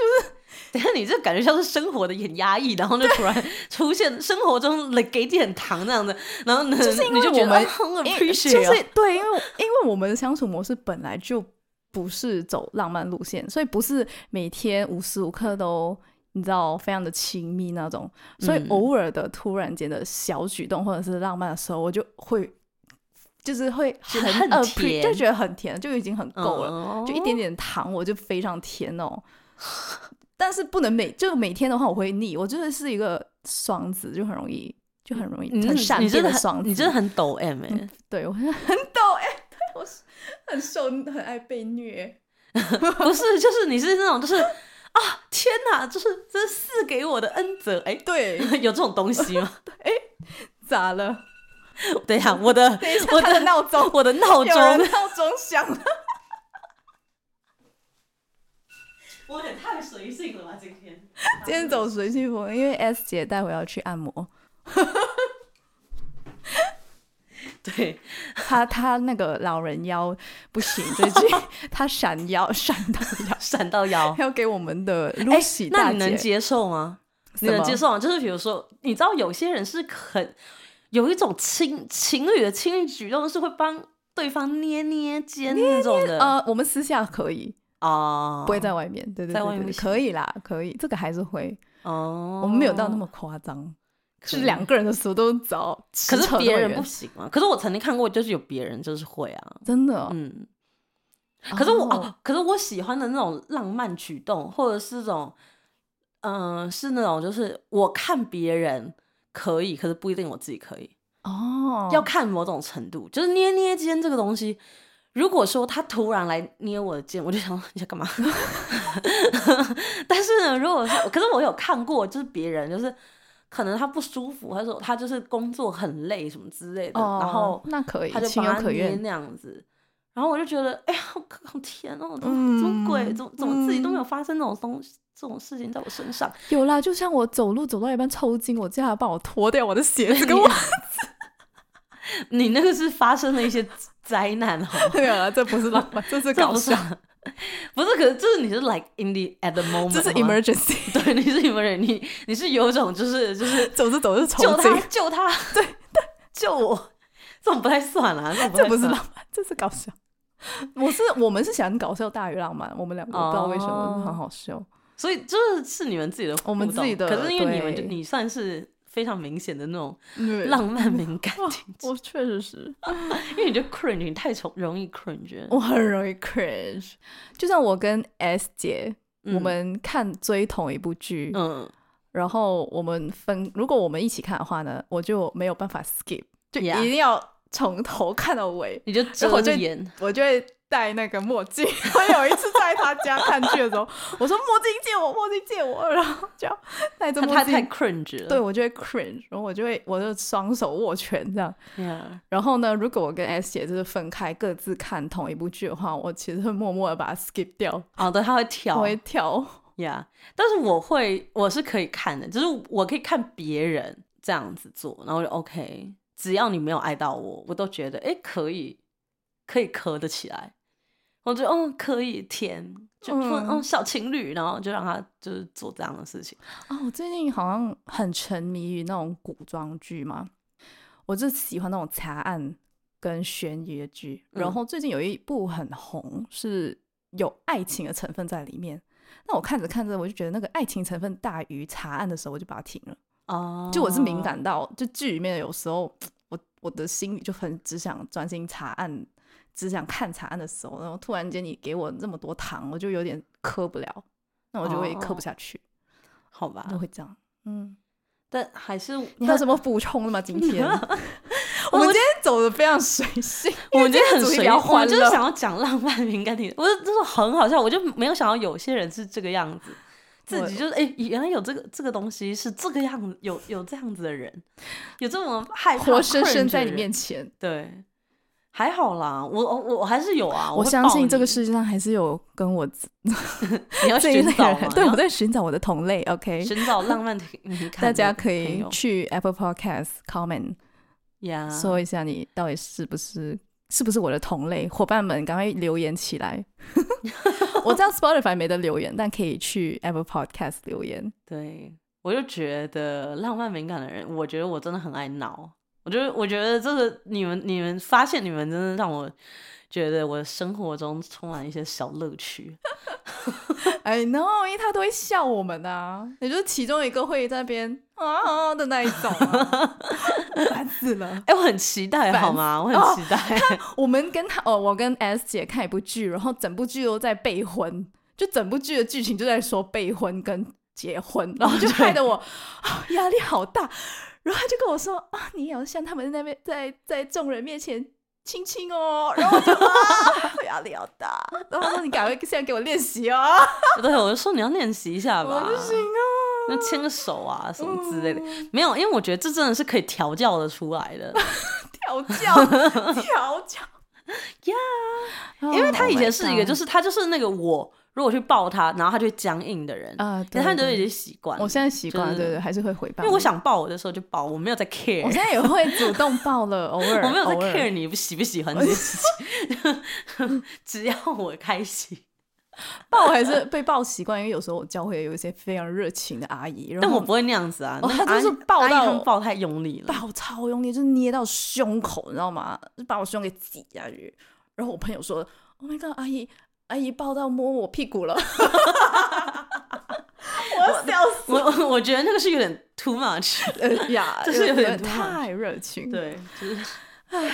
[SPEAKER 3] 等一下你这感觉像是生活的很压抑，然后就 突然出现生活中来给点糖那样的，然后呢，
[SPEAKER 1] 就是因为
[SPEAKER 3] 你就觉
[SPEAKER 1] 我
[SPEAKER 3] 得
[SPEAKER 1] 们
[SPEAKER 3] 啊很
[SPEAKER 1] 因
[SPEAKER 3] appreciate，
[SPEAKER 1] 就
[SPEAKER 3] 哦
[SPEAKER 1] 是对，因为因为我们的相处模式本来就不是走浪漫路线，所以不是每天无时无刻都你知道非常的亲密那种，所以
[SPEAKER 3] 嗯
[SPEAKER 1] 偶尔的突然间的小举动或者是浪漫的时候，我就会就是会
[SPEAKER 3] 觉
[SPEAKER 1] 很
[SPEAKER 3] 得很
[SPEAKER 1] appre-
[SPEAKER 3] 甜哦
[SPEAKER 1] 就觉得很甜，就已经很
[SPEAKER 3] 嗯
[SPEAKER 1] 够了，
[SPEAKER 3] 了
[SPEAKER 1] 就一点点糖我就非常甜哦。但是不能每就每天的话，我会腻。我真的是一个双子，就很容易，就很容易
[SPEAKER 3] 嗯你
[SPEAKER 1] 很
[SPEAKER 3] 真的
[SPEAKER 1] 善
[SPEAKER 3] 你真
[SPEAKER 1] 变
[SPEAKER 3] 的
[SPEAKER 1] 双
[SPEAKER 3] 很
[SPEAKER 1] 子。
[SPEAKER 3] 你真的很抖 M 哎、
[SPEAKER 1] 对我很抖哎、对我是很受很爱被虐。
[SPEAKER 3] 不是，就是你是那种就是啊，天哪，就是这是赐给我的恩泽哎、
[SPEAKER 1] 对，
[SPEAKER 3] 有这种东西吗？
[SPEAKER 1] 咋了？
[SPEAKER 3] 等一下，我的
[SPEAKER 1] 等一下，
[SPEAKER 3] 我
[SPEAKER 1] 他的闹钟，
[SPEAKER 3] 我的闹
[SPEAKER 1] 有人
[SPEAKER 3] 钟，
[SPEAKER 1] 闹钟响了。
[SPEAKER 3] 我有点太随性了吧今天。
[SPEAKER 1] 今天走随性风，因为 S 姐待会要去按摩，
[SPEAKER 3] 对，
[SPEAKER 1] 她她那个老人腰不行，最 近她闪腰闪到腰，
[SPEAKER 3] 闪 到腰。
[SPEAKER 1] 要给我们的
[SPEAKER 3] 哎
[SPEAKER 1] Lucy
[SPEAKER 3] 那
[SPEAKER 1] 大
[SPEAKER 3] 你能
[SPEAKER 1] 姐，
[SPEAKER 3] 接受吗？你
[SPEAKER 1] 什
[SPEAKER 3] 能
[SPEAKER 1] 么
[SPEAKER 3] 接受吗？就是比如说，你知道有些人是很有一种情情侣的亲密举动，是会帮对方捏捏肩那种的。
[SPEAKER 1] 呃，我们私下可以，
[SPEAKER 3] 哦，
[SPEAKER 1] 呃不会在外面，对对
[SPEAKER 3] 在
[SPEAKER 1] 对
[SPEAKER 3] 外
[SPEAKER 1] 对
[SPEAKER 3] 面不
[SPEAKER 1] 对，
[SPEAKER 3] 行
[SPEAKER 1] 可以啦，可以，这个还是会，
[SPEAKER 3] 哦，
[SPEAKER 1] 我们没有到那么夸张，
[SPEAKER 3] 可
[SPEAKER 1] 是两个人的时候都找，驰
[SPEAKER 3] 可
[SPEAKER 1] 骋
[SPEAKER 3] 是
[SPEAKER 1] 那
[SPEAKER 3] 别
[SPEAKER 1] 么
[SPEAKER 3] 人
[SPEAKER 1] 远
[SPEAKER 3] 不行嘛。可是我曾经看过，就是有别人就是会啊，
[SPEAKER 1] 真的哦，
[SPEAKER 3] 嗯。可是我、
[SPEAKER 1] 哦
[SPEAKER 3] 哦，可是我喜欢的那种浪漫举动，或者是这种，嗯、是那种就是我看别人可以，可是不一定我自己可以，
[SPEAKER 1] 哦，
[SPEAKER 3] 要看某种程度。就是捏捏肩这个东西，如果说他突然来捏我的肩，我就想说你在干嘛？ 但是呢，如果说，可是我有看过，就是别人就是。可能他不舒服，他说他就是工作很累什么之类的，
[SPEAKER 1] 哦，
[SPEAKER 3] 然后
[SPEAKER 1] 那可以
[SPEAKER 3] 他，就
[SPEAKER 1] 情有
[SPEAKER 3] 把它
[SPEAKER 1] 可
[SPEAKER 3] 捏
[SPEAKER 1] 原，
[SPEAKER 3] 那样子。然后我就觉得，哎呀，好可好甜哦，怎么怎么鬼，
[SPEAKER 1] 嗯
[SPEAKER 3] 怎么怎么自己都没有
[SPEAKER 1] 嗯
[SPEAKER 3] 发生这种东西这种事情在我身上？
[SPEAKER 1] 有啦，就像我走路走到一半抽筋，我叫他帮我脱掉我的鞋子，跟我
[SPEAKER 3] 你那个是发生了一些 灾难哦，
[SPEAKER 1] 没有啦，这不是浪漫，这是
[SPEAKER 3] 这
[SPEAKER 1] 搞
[SPEAKER 3] 不是
[SPEAKER 1] 笑，
[SPEAKER 3] 不是，可是就是你是 like in the at the moment，
[SPEAKER 1] 这是
[SPEAKER 3] 好吗
[SPEAKER 1] emergency，
[SPEAKER 3] 对，你是 emergency，你你是有一种就是就是
[SPEAKER 1] 走着走着抽
[SPEAKER 3] 救
[SPEAKER 1] 筋
[SPEAKER 3] 他，救他， 对救我， 这种不太算啦，这种
[SPEAKER 1] 这
[SPEAKER 3] 太
[SPEAKER 1] 不是
[SPEAKER 3] 算
[SPEAKER 1] 浪漫，这是搞 笑。我是我们是想搞笑大于浪漫，我们两个我不知道为什么、
[SPEAKER 3] 哦
[SPEAKER 1] 很好笑。
[SPEAKER 3] 所以这是你们自己的互动，
[SPEAKER 1] 我们自己的
[SPEAKER 3] 可是因为你们就
[SPEAKER 1] 对
[SPEAKER 3] 你算是非常明显的那种
[SPEAKER 1] 嗯
[SPEAKER 3] 浪漫敏 感体质，
[SPEAKER 1] 我确实是，
[SPEAKER 3] 因为你就 cringe，你太容容易 cringe 了。
[SPEAKER 1] 我很容易 cringe。就像我跟 S 姐，
[SPEAKER 3] 嗯
[SPEAKER 1] 我们看追同一部剧，
[SPEAKER 3] 嗯，
[SPEAKER 1] 然后我们分，如果我们一起看的话呢，我就没有办法 skip，就一
[SPEAKER 3] Yeah
[SPEAKER 1] 定要从头看到尾。
[SPEAKER 3] 你就
[SPEAKER 1] 然后
[SPEAKER 3] 遮
[SPEAKER 1] 我
[SPEAKER 3] 着
[SPEAKER 1] 就
[SPEAKER 3] 眼，
[SPEAKER 1] 我就会戴那个墨镜。 我有一次在他家看剧的时候，我说墨镜借我，墨镜借我，然后就要戴着
[SPEAKER 3] 他
[SPEAKER 1] 墨
[SPEAKER 3] 他
[SPEAKER 1] 镜
[SPEAKER 3] 太 cringe 了。
[SPEAKER 1] 对我就会 cringe，然后我就会我就双手握拳这样。
[SPEAKER 3] Yeah，
[SPEAKER 1] 然后呢，如果我跟 S 姐就是分开各自看同一部剧的话，我其实会默默的把它 skip 掉，
[SPEAKER 3] 哦，对，他会跳
[SPEAKER 1] 我会跳。
[SPEAKER 3] ，Yeah。但是我会，我是可以看的，就是我可以看别人这样子做，然后我就 OK，只要你没有爱到我，我都觉得哎可以，可以磕得起来。我觉得嗯可以甜，就说
[SPEAKER 1] 嗯
[SPEAKER 3] 嗯小情侣，然后就让他就是做这样的事情。
[SPEAKER 1] 哦，我最近好像很沉迷于那种古装剧嘛，我就喜欢那种查案跟悬疑的剧。然
[SPEAKER 3] 嗯
[SPEAKER 1] 后最近有一部很红，是有爱情的成分在里面。那我看着看着，我就觉得那个爱情成分大于查案的时候，我就把它停了。
[SPEAKER 3] 哦，
[SPEAKER 1] 就我是敏感到，就剧里面有时候我我的心里就很只想专心查案，只想看查案的时候，然后突然间你给我那么多糖，我就有点磕不了，那我就会磕
[SPEAKER 3] 哦啊
[SPEAKER 1] 不下去，
[SPEAKER 3] 好吧
[SPEAKER 1] 都，会这样。嗯，
[SPEAKER 3] 但还是
[SPEAKER 1] 你 还有什么补充的吗？今天我
[SPEAKER 3] 我
[SPEAKER 1] 们今天走的非常随 性，
[SPEAKER 3] 我们今天很
[SPEAKER 1] 主题
[SPEAKER 3] 随
[SPEAKER 1] 比较
[SPEAKER 3] 意我们
[SPEAKER 1] 欢
[SPEAKER 3] 就是
[SPEAKER 1] 乐
[SPEAKER 3] 想要讲浪漫敏感体，我就真的很好笑，我就没有想到有些人是这个样子，自
[SPEAKER 1] 我
[SPEAKER 3] 己就是哎、原来有这个这个东西是这个样子，有有这样子的人，有这么害怕
[SPEAKER 1] 活生
[SPEAKER 3] cringe
[SPEAKER 1] 生在
[SPEAKER 3] 的
[SPEAKER 1] 你
[SPEAKER 3] 人
[SPEAKER 1] 面前。
[SPEAKER 3] 对，还好啦，我我我还是有啊，
[SPEAKER 1] 我
[SPEAKER 3] 会
[SPEAKER 1] 相
[SPEAKER 3] 抱
[SPEAKER 1] 信这
[SPEAKER 3] 你
[SPEAKER 1] 个世界上还是有跟我
[SPEAKER 3] 你要
[SPEAKER 1] 这一
[SPEAKER 3] 寻
[SPEAKER 1] 类
[SPEAKER 3] 找
[SPEAKER 1] 人，
[SPEAKER 3] 嘛，
[SPEAKER 1] 对，
[SPEAKER 3] 你
[SPEAKER 1] 我在寻找我的同类。OK，
[SPEAKER 3] 要寻找浪漫体敏感的朋
[SPEAKER 1] 大
[SPEAKER 3] 友，嗯
[SPEAKER 1] 家可以去 Apple Podcast comment
[SPEAKER 3] 呀，
[SPEAKER 1] 说一下你到底是不是是不是我的同类伙伴们，赶快留言起来。 我知道 Spotify 没得留言，但可以去 Apple Podcast 留言。
[SPEAKER 3] 对，我就觉得浪漫敏感的人，我觉得我真的很爱闹。我觉得，我觉得这个你们你们发现你们真的让我觉得我的生活中充满一些小乐趣。
[SPEAKER 1] I know，因为他都会笑我们啊，也就是其中一个会在那边啊的那一种、 啊，烦死了。
[SPEAKER 3] 哎，我很期待
[SPEAKER 1] 烦哦
[SPEAKER 3] 好吗？我很期待。
[SPEAKER 1] 我们跟他哦，我跟 S 姐看一部剧，然后整部剧都在备婚，就整部剧的剧情就在说备婚跟结
[SPEAKER 3] 哦
[SPEAKER 1] 婚，然后就害得我啊压力好大。然后他就跟我说啊，你也要像他们那边在在众人面前亲亲哦，然后我就、啊、 压力好大。然后他说你赶快现在给我练习哦，
[SPEAKER 3] 对，我就说你要练习一下
[SPEAKER 1] 我
[SPEAKER 3] 吧
[SPEAKER 1] 不，行嗯啊，
[SPEAKER 3] 那牵个手啊什么之类的。没有，因为我觉得这真的是可以调教的出来的。
[SPEAKER 1] 调教 调教哦呀，
[SPEAKER 3] 因为他以前是一
[SPEAKER 1] ，Oh
[SPEAKER 3] 个，就是是他就是那个我，如果去抱他，然后他就会僵硬的人，
[SPEAKER 1] 啊，
[SPEAKER 3] 可
[SPEAKER 1] 对
[SPEAKER 3] 是他就
[SPEAKER 1] 对
[SPEAKER 3] 已经习惯了。
[SPEAKER 1] 我现在习惯了，
[SPEAKER 3] 就是
[SPEAKER 1] 对对，还是会回报
[SPEAKER 3] 因
[SPEAKER 1] 你，
[SPEAKER 3] 为我想抱我的时候就抱，我没有在 care，
[SPEAKER 1] 我现在也会主动抱了，偶尔
[SPEAKER 3] 我没有在
[SPEAKER 1] 偶尔
[SPEAKER 3] care 你喜不喜欢这件事情， 只要我开心。
[SPEAKER 1] 抱还是被抱习惯，因为有时候我教会有一些非常热情的阿姨，然
[SPEAKER 3] 但
[SPEAKER 1] 后
[SPEAKER 3] 我不会那样子啊，
[SPEAKER 1] 哦
[SPEAKER 3] 那个
[SPEAKER 1] 他就是
[SPEAKER 3] 阿姨
[SPEAKER 1] 抱
[SPEAKER 3] 阿姨
[SPEAKER 1] 到
[SPEAKER 3] 他们抱太用力了。
[SPEAKER 1] 抱超用力，就是捏到胸口，你知道吗？就把我胸给挤下去。然后我朋友说：“Oh my god，阿姨，阿姨抱到摸我屁 股了，
[SPEAKER 3] 我要笑 死！我我觉得那个是有点 too much，
[SPEAKER 1] 呃呀，
[SPEAKER 3] 这是有点
[SPEAKER 1] 点
[SPEAKER 3] 突然
[SPEAKER 1] 太热情。，
[SPEAKER 3] 对，就是， 唉，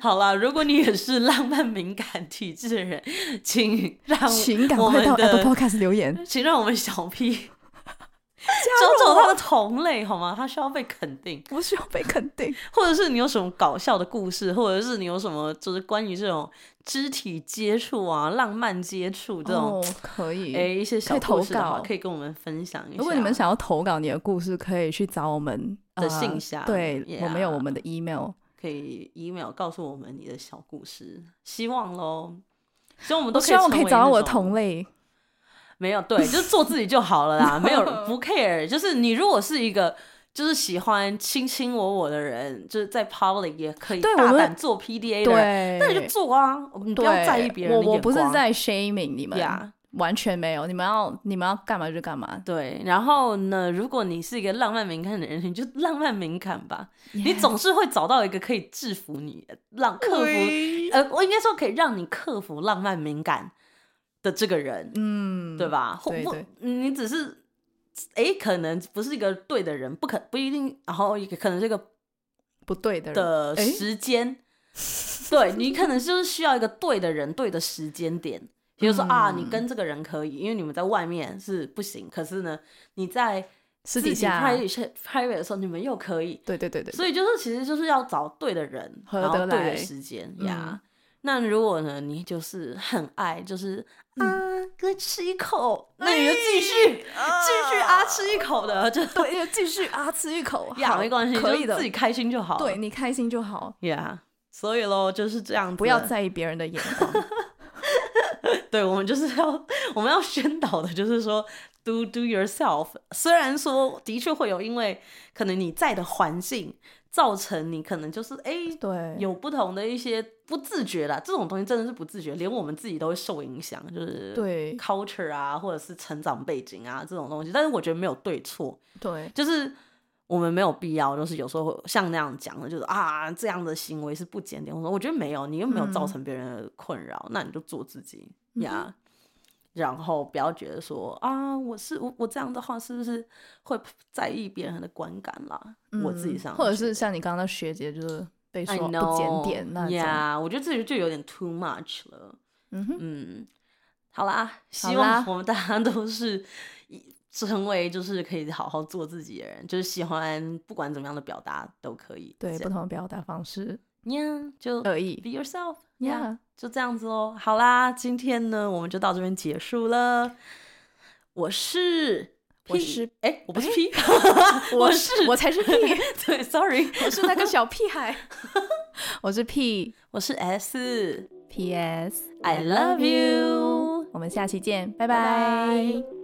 [SPEAKER 3] 好啦，如果你也是浪漫敏感体质的人，请让
[SPEAKER 1] 请赶
[SPEAKER 3] 我
[SPEAKER 1] 快
[SPEAKER 3] 们
[SPEAKER 1] 到 Apple
[SPEAKER 3] 的，
[SPEAKER 1] Podcast 留言，
[SPEAKER 3] 请让我们小 P 找
[SPEAKER 1] 加入我
[SPEAKER 3] 找他的同类好吗？他需要被肯定，
[SPEAKER 1] 我需要被肯 定。
[SPEAKER 3] 或者是你有什么搞笑的故事，或者是你有什么就是关于这种肢体接触啊、浪漫接触这种
[SPEAKER 1] 哦，可以。
[SPEAKER 3] 哎、一些小
[SPEAKER 1] 可以投
[SPEAKER 3] 故事的话，
[SPEAKER 1] 稿
[SPEAKER 3] 可以跟我们分享一下。
[SPEAKER 1] 如果你们想要投稿你的故事，可以去找我们
[SPEAKER 3] 的
[SPEAKER 1] 呃
[SPEAKER 3] 信箱
[SPEAKER 1] 对
[SPEAKER 3] yeah
[SPEAKER 1] 我们有我们的 email。
[SPEAKER 3] 可以 email 告诉我们你的小故事，希望喽。希望我们都
[SPEAKER 1] 我希望我可以
[SPEAKER 3] 成为
[SPEAKER 1] 找到
[SPEAKER 3] 那
[SPEAKER 1] 我的
[SPEAKER 3] 种
[SPEAKER 1] 同类。
[SPEAKER 3] 没 有对，就是做自己就好了啦，没有不 care。就是你如果是一个就是喜欢卿卿我我的人，就是在 public 也可以
[SPEAKER 1] 对
[SPEAKER 3] 大
[SPEAKER 1] 我们
[SPEAKER 3] 胆做 PDA 的
[SPEAKER 1] 对，
[SPEAKER 3] 人，那你就做啊，你不
[SPEAKER 1] 对
[SPEAKER 3] 要在意别人的
[SPEAKER 1] 我我
[SPEAKER 3] 眼
[SPEAKER 1] 不是
[SPEAKER 3] 光
[SPEAKER 1] 在 shaming 你们
[SPEAKER 3] Yeah
[SPEAKER 1] 完全没有。你们要你们要干嘛就干嘛。
[SPEAKER 3] 对，然后呢？如果你是一个浪漫敏感的人，你就浪漫敏感吧。你
[SPEAKER 1] Yeah
[SPEAKER 3] 总是会找到一个可以制服你、让克服，呃，我应该说可以让你克服浪漫敏感的这个人，
[SPEAKER 1] 嗯，
[SPEAKER 3] 对？吧？或
[SPEAKER 1] 对
[SPEAKER 3] 不
[SPEAKER 1] 对，
[SPEAKER 3] 你只是诶，可能不是一个对的人，不可不一定，然后也可能这个
[SPEAKER 1] 不对的人
[SPEAKER 3] 的
[SPEAKER 1] 诶
[SPEAKER 3] 时间，对你可能就是需要一个对的人、对的时间点。比如说、啊，
[SPEAKER 1] 嗯
[SPEAKER 3] 你跟这个人可以，因为你们在外面是不行，可是呢，你在
[SPEAKER 1] 私底
[SPEAKER 3] 自己
[SPEAKER 1] 下
[SPEAKER 3] private private 的时候，你们又可以，
[SPEAKER 1] 对对对对，
[SPEAKER 3] 所以就是其实就是要找对的人，
[SPEAKER 1] 合
[SPEAKER 3] 然后
[SPEAKER 1] 得
[SPEAKER 3] 对的
[SPEAKER 1] 来嗯
[SPEAKER 3] 时间呀。那如果呢，你就是很爱，就是
[SPEAKER 1] 嗯
[SPEAKER 3] 啊，哥吃一口，那你就继续继
[SPEAKER 1] 哎
[SPEAKER 3] 续啊吃一口的，就
[SPEAKER 1] 对，就继续啊，吃一口，
[SPEAKER 3] 呀
[SPEAKER 1] 好
[SPEAKER 3] 没关系，
[SPEAKER 1] 可
[SPEAKER 3] 就
[SPEAKER 1] 以
[SPEAKER 3] 是
[SPEAKER 1] 的，
[SPEAKER 3] 自己开心就好。
[SPEAKER 1] 对你开心就好，
[SPEAKER 3] 呀，所以咯，就是这样子，
[SPEAKER 1] 不要在意别人的眼 光。
[SPEAKER 3] 对我们就是要我们要宣导的，就是说 do do yourself。虽然说的确会有，因为可能你在的环境造成你可能就是哎、
[SPEAKER 1] 对，
[SPEAKER 3] 有不同的一些不自觉啦，这种东西真的是不自觉，连我们自己都会受影响，就是
[SPEAKER 1] 对
[SPEAKER 3] culture 啊，或者是成长背景啊这种东西。但是我觉得没有对错，
[SPEAKER 1] 对，
[SPEAKER 3] 就是我们没有必要，就是有时候像那样讲的，就是啊这样的行为是不检点。我说我觉得没有，你又没有造成别人的困扰，那你就做自己
[SPEAKER 1] 嗯
[SPEAKER 3] 呀。然后不要觉得说啊，我是我我这样的话是不是会在意别人的观感啦？我自己
[SPEAKER 1] 嗯
[SPEAKER 3] 上，
[SPEAKER 1] 或者是像你刚刚的学姐，就是被说
[SPEAKER 3] I
[SPEAKER 1] 不检点那
[SPEAKER 3] know，
[SPEAKER 1] 种。
[SPEAKER 3] 呀，我觉得这就有点 too much 了。
[SPEAKER 1] 嗯哼，
[SPEAKER 3] 嗯，好啦，希
[SPEAKER 1] 好啦
[SPEAKER 3] 望我们大家都是一成为就是可以好好做自己的人，就是喜欢不管怎么样的表达都可以。
[SPEAKER 1] 对，
[SPEAKER 3] 这
[SPEAKER 1] 不
[SPEAKER 3] 样
[SPEAKER 1] 同的表达方式
[SPEAKER 3] ，yeah, 就
[SPEAKER 1] 而
[SPEAKER 3] be
[SPEAKER 1] 已。
[SPEAKER 3] yourself。
[SPEAKER 1] Yeah，
[SPEAKER 3] 就这样子哦。好啦，今天呢我们就到这边结束了。我是 P，
[SPEAKER 1] 我是
[SPEAKER 3] 哎、我不是 P，
[SPEAKER 1] 我
[SPEAKER 3] 是
[SPEAKER 1] 我才是 P，
[SPEAKER 3] 对，sorry，
[SPEAKER 1] 我是那个小屁 孩，我是 P。
[SPEAKER 3] 我是 S。
[SPEAKER 1] P.S.
[SPEAKER 3] I love you，
[SPEAKER 1] 我们下期见，拜
[SPEAKER 3] 拜
[SPEAKER 1] 拜。
[SPEAKER 3] 拜。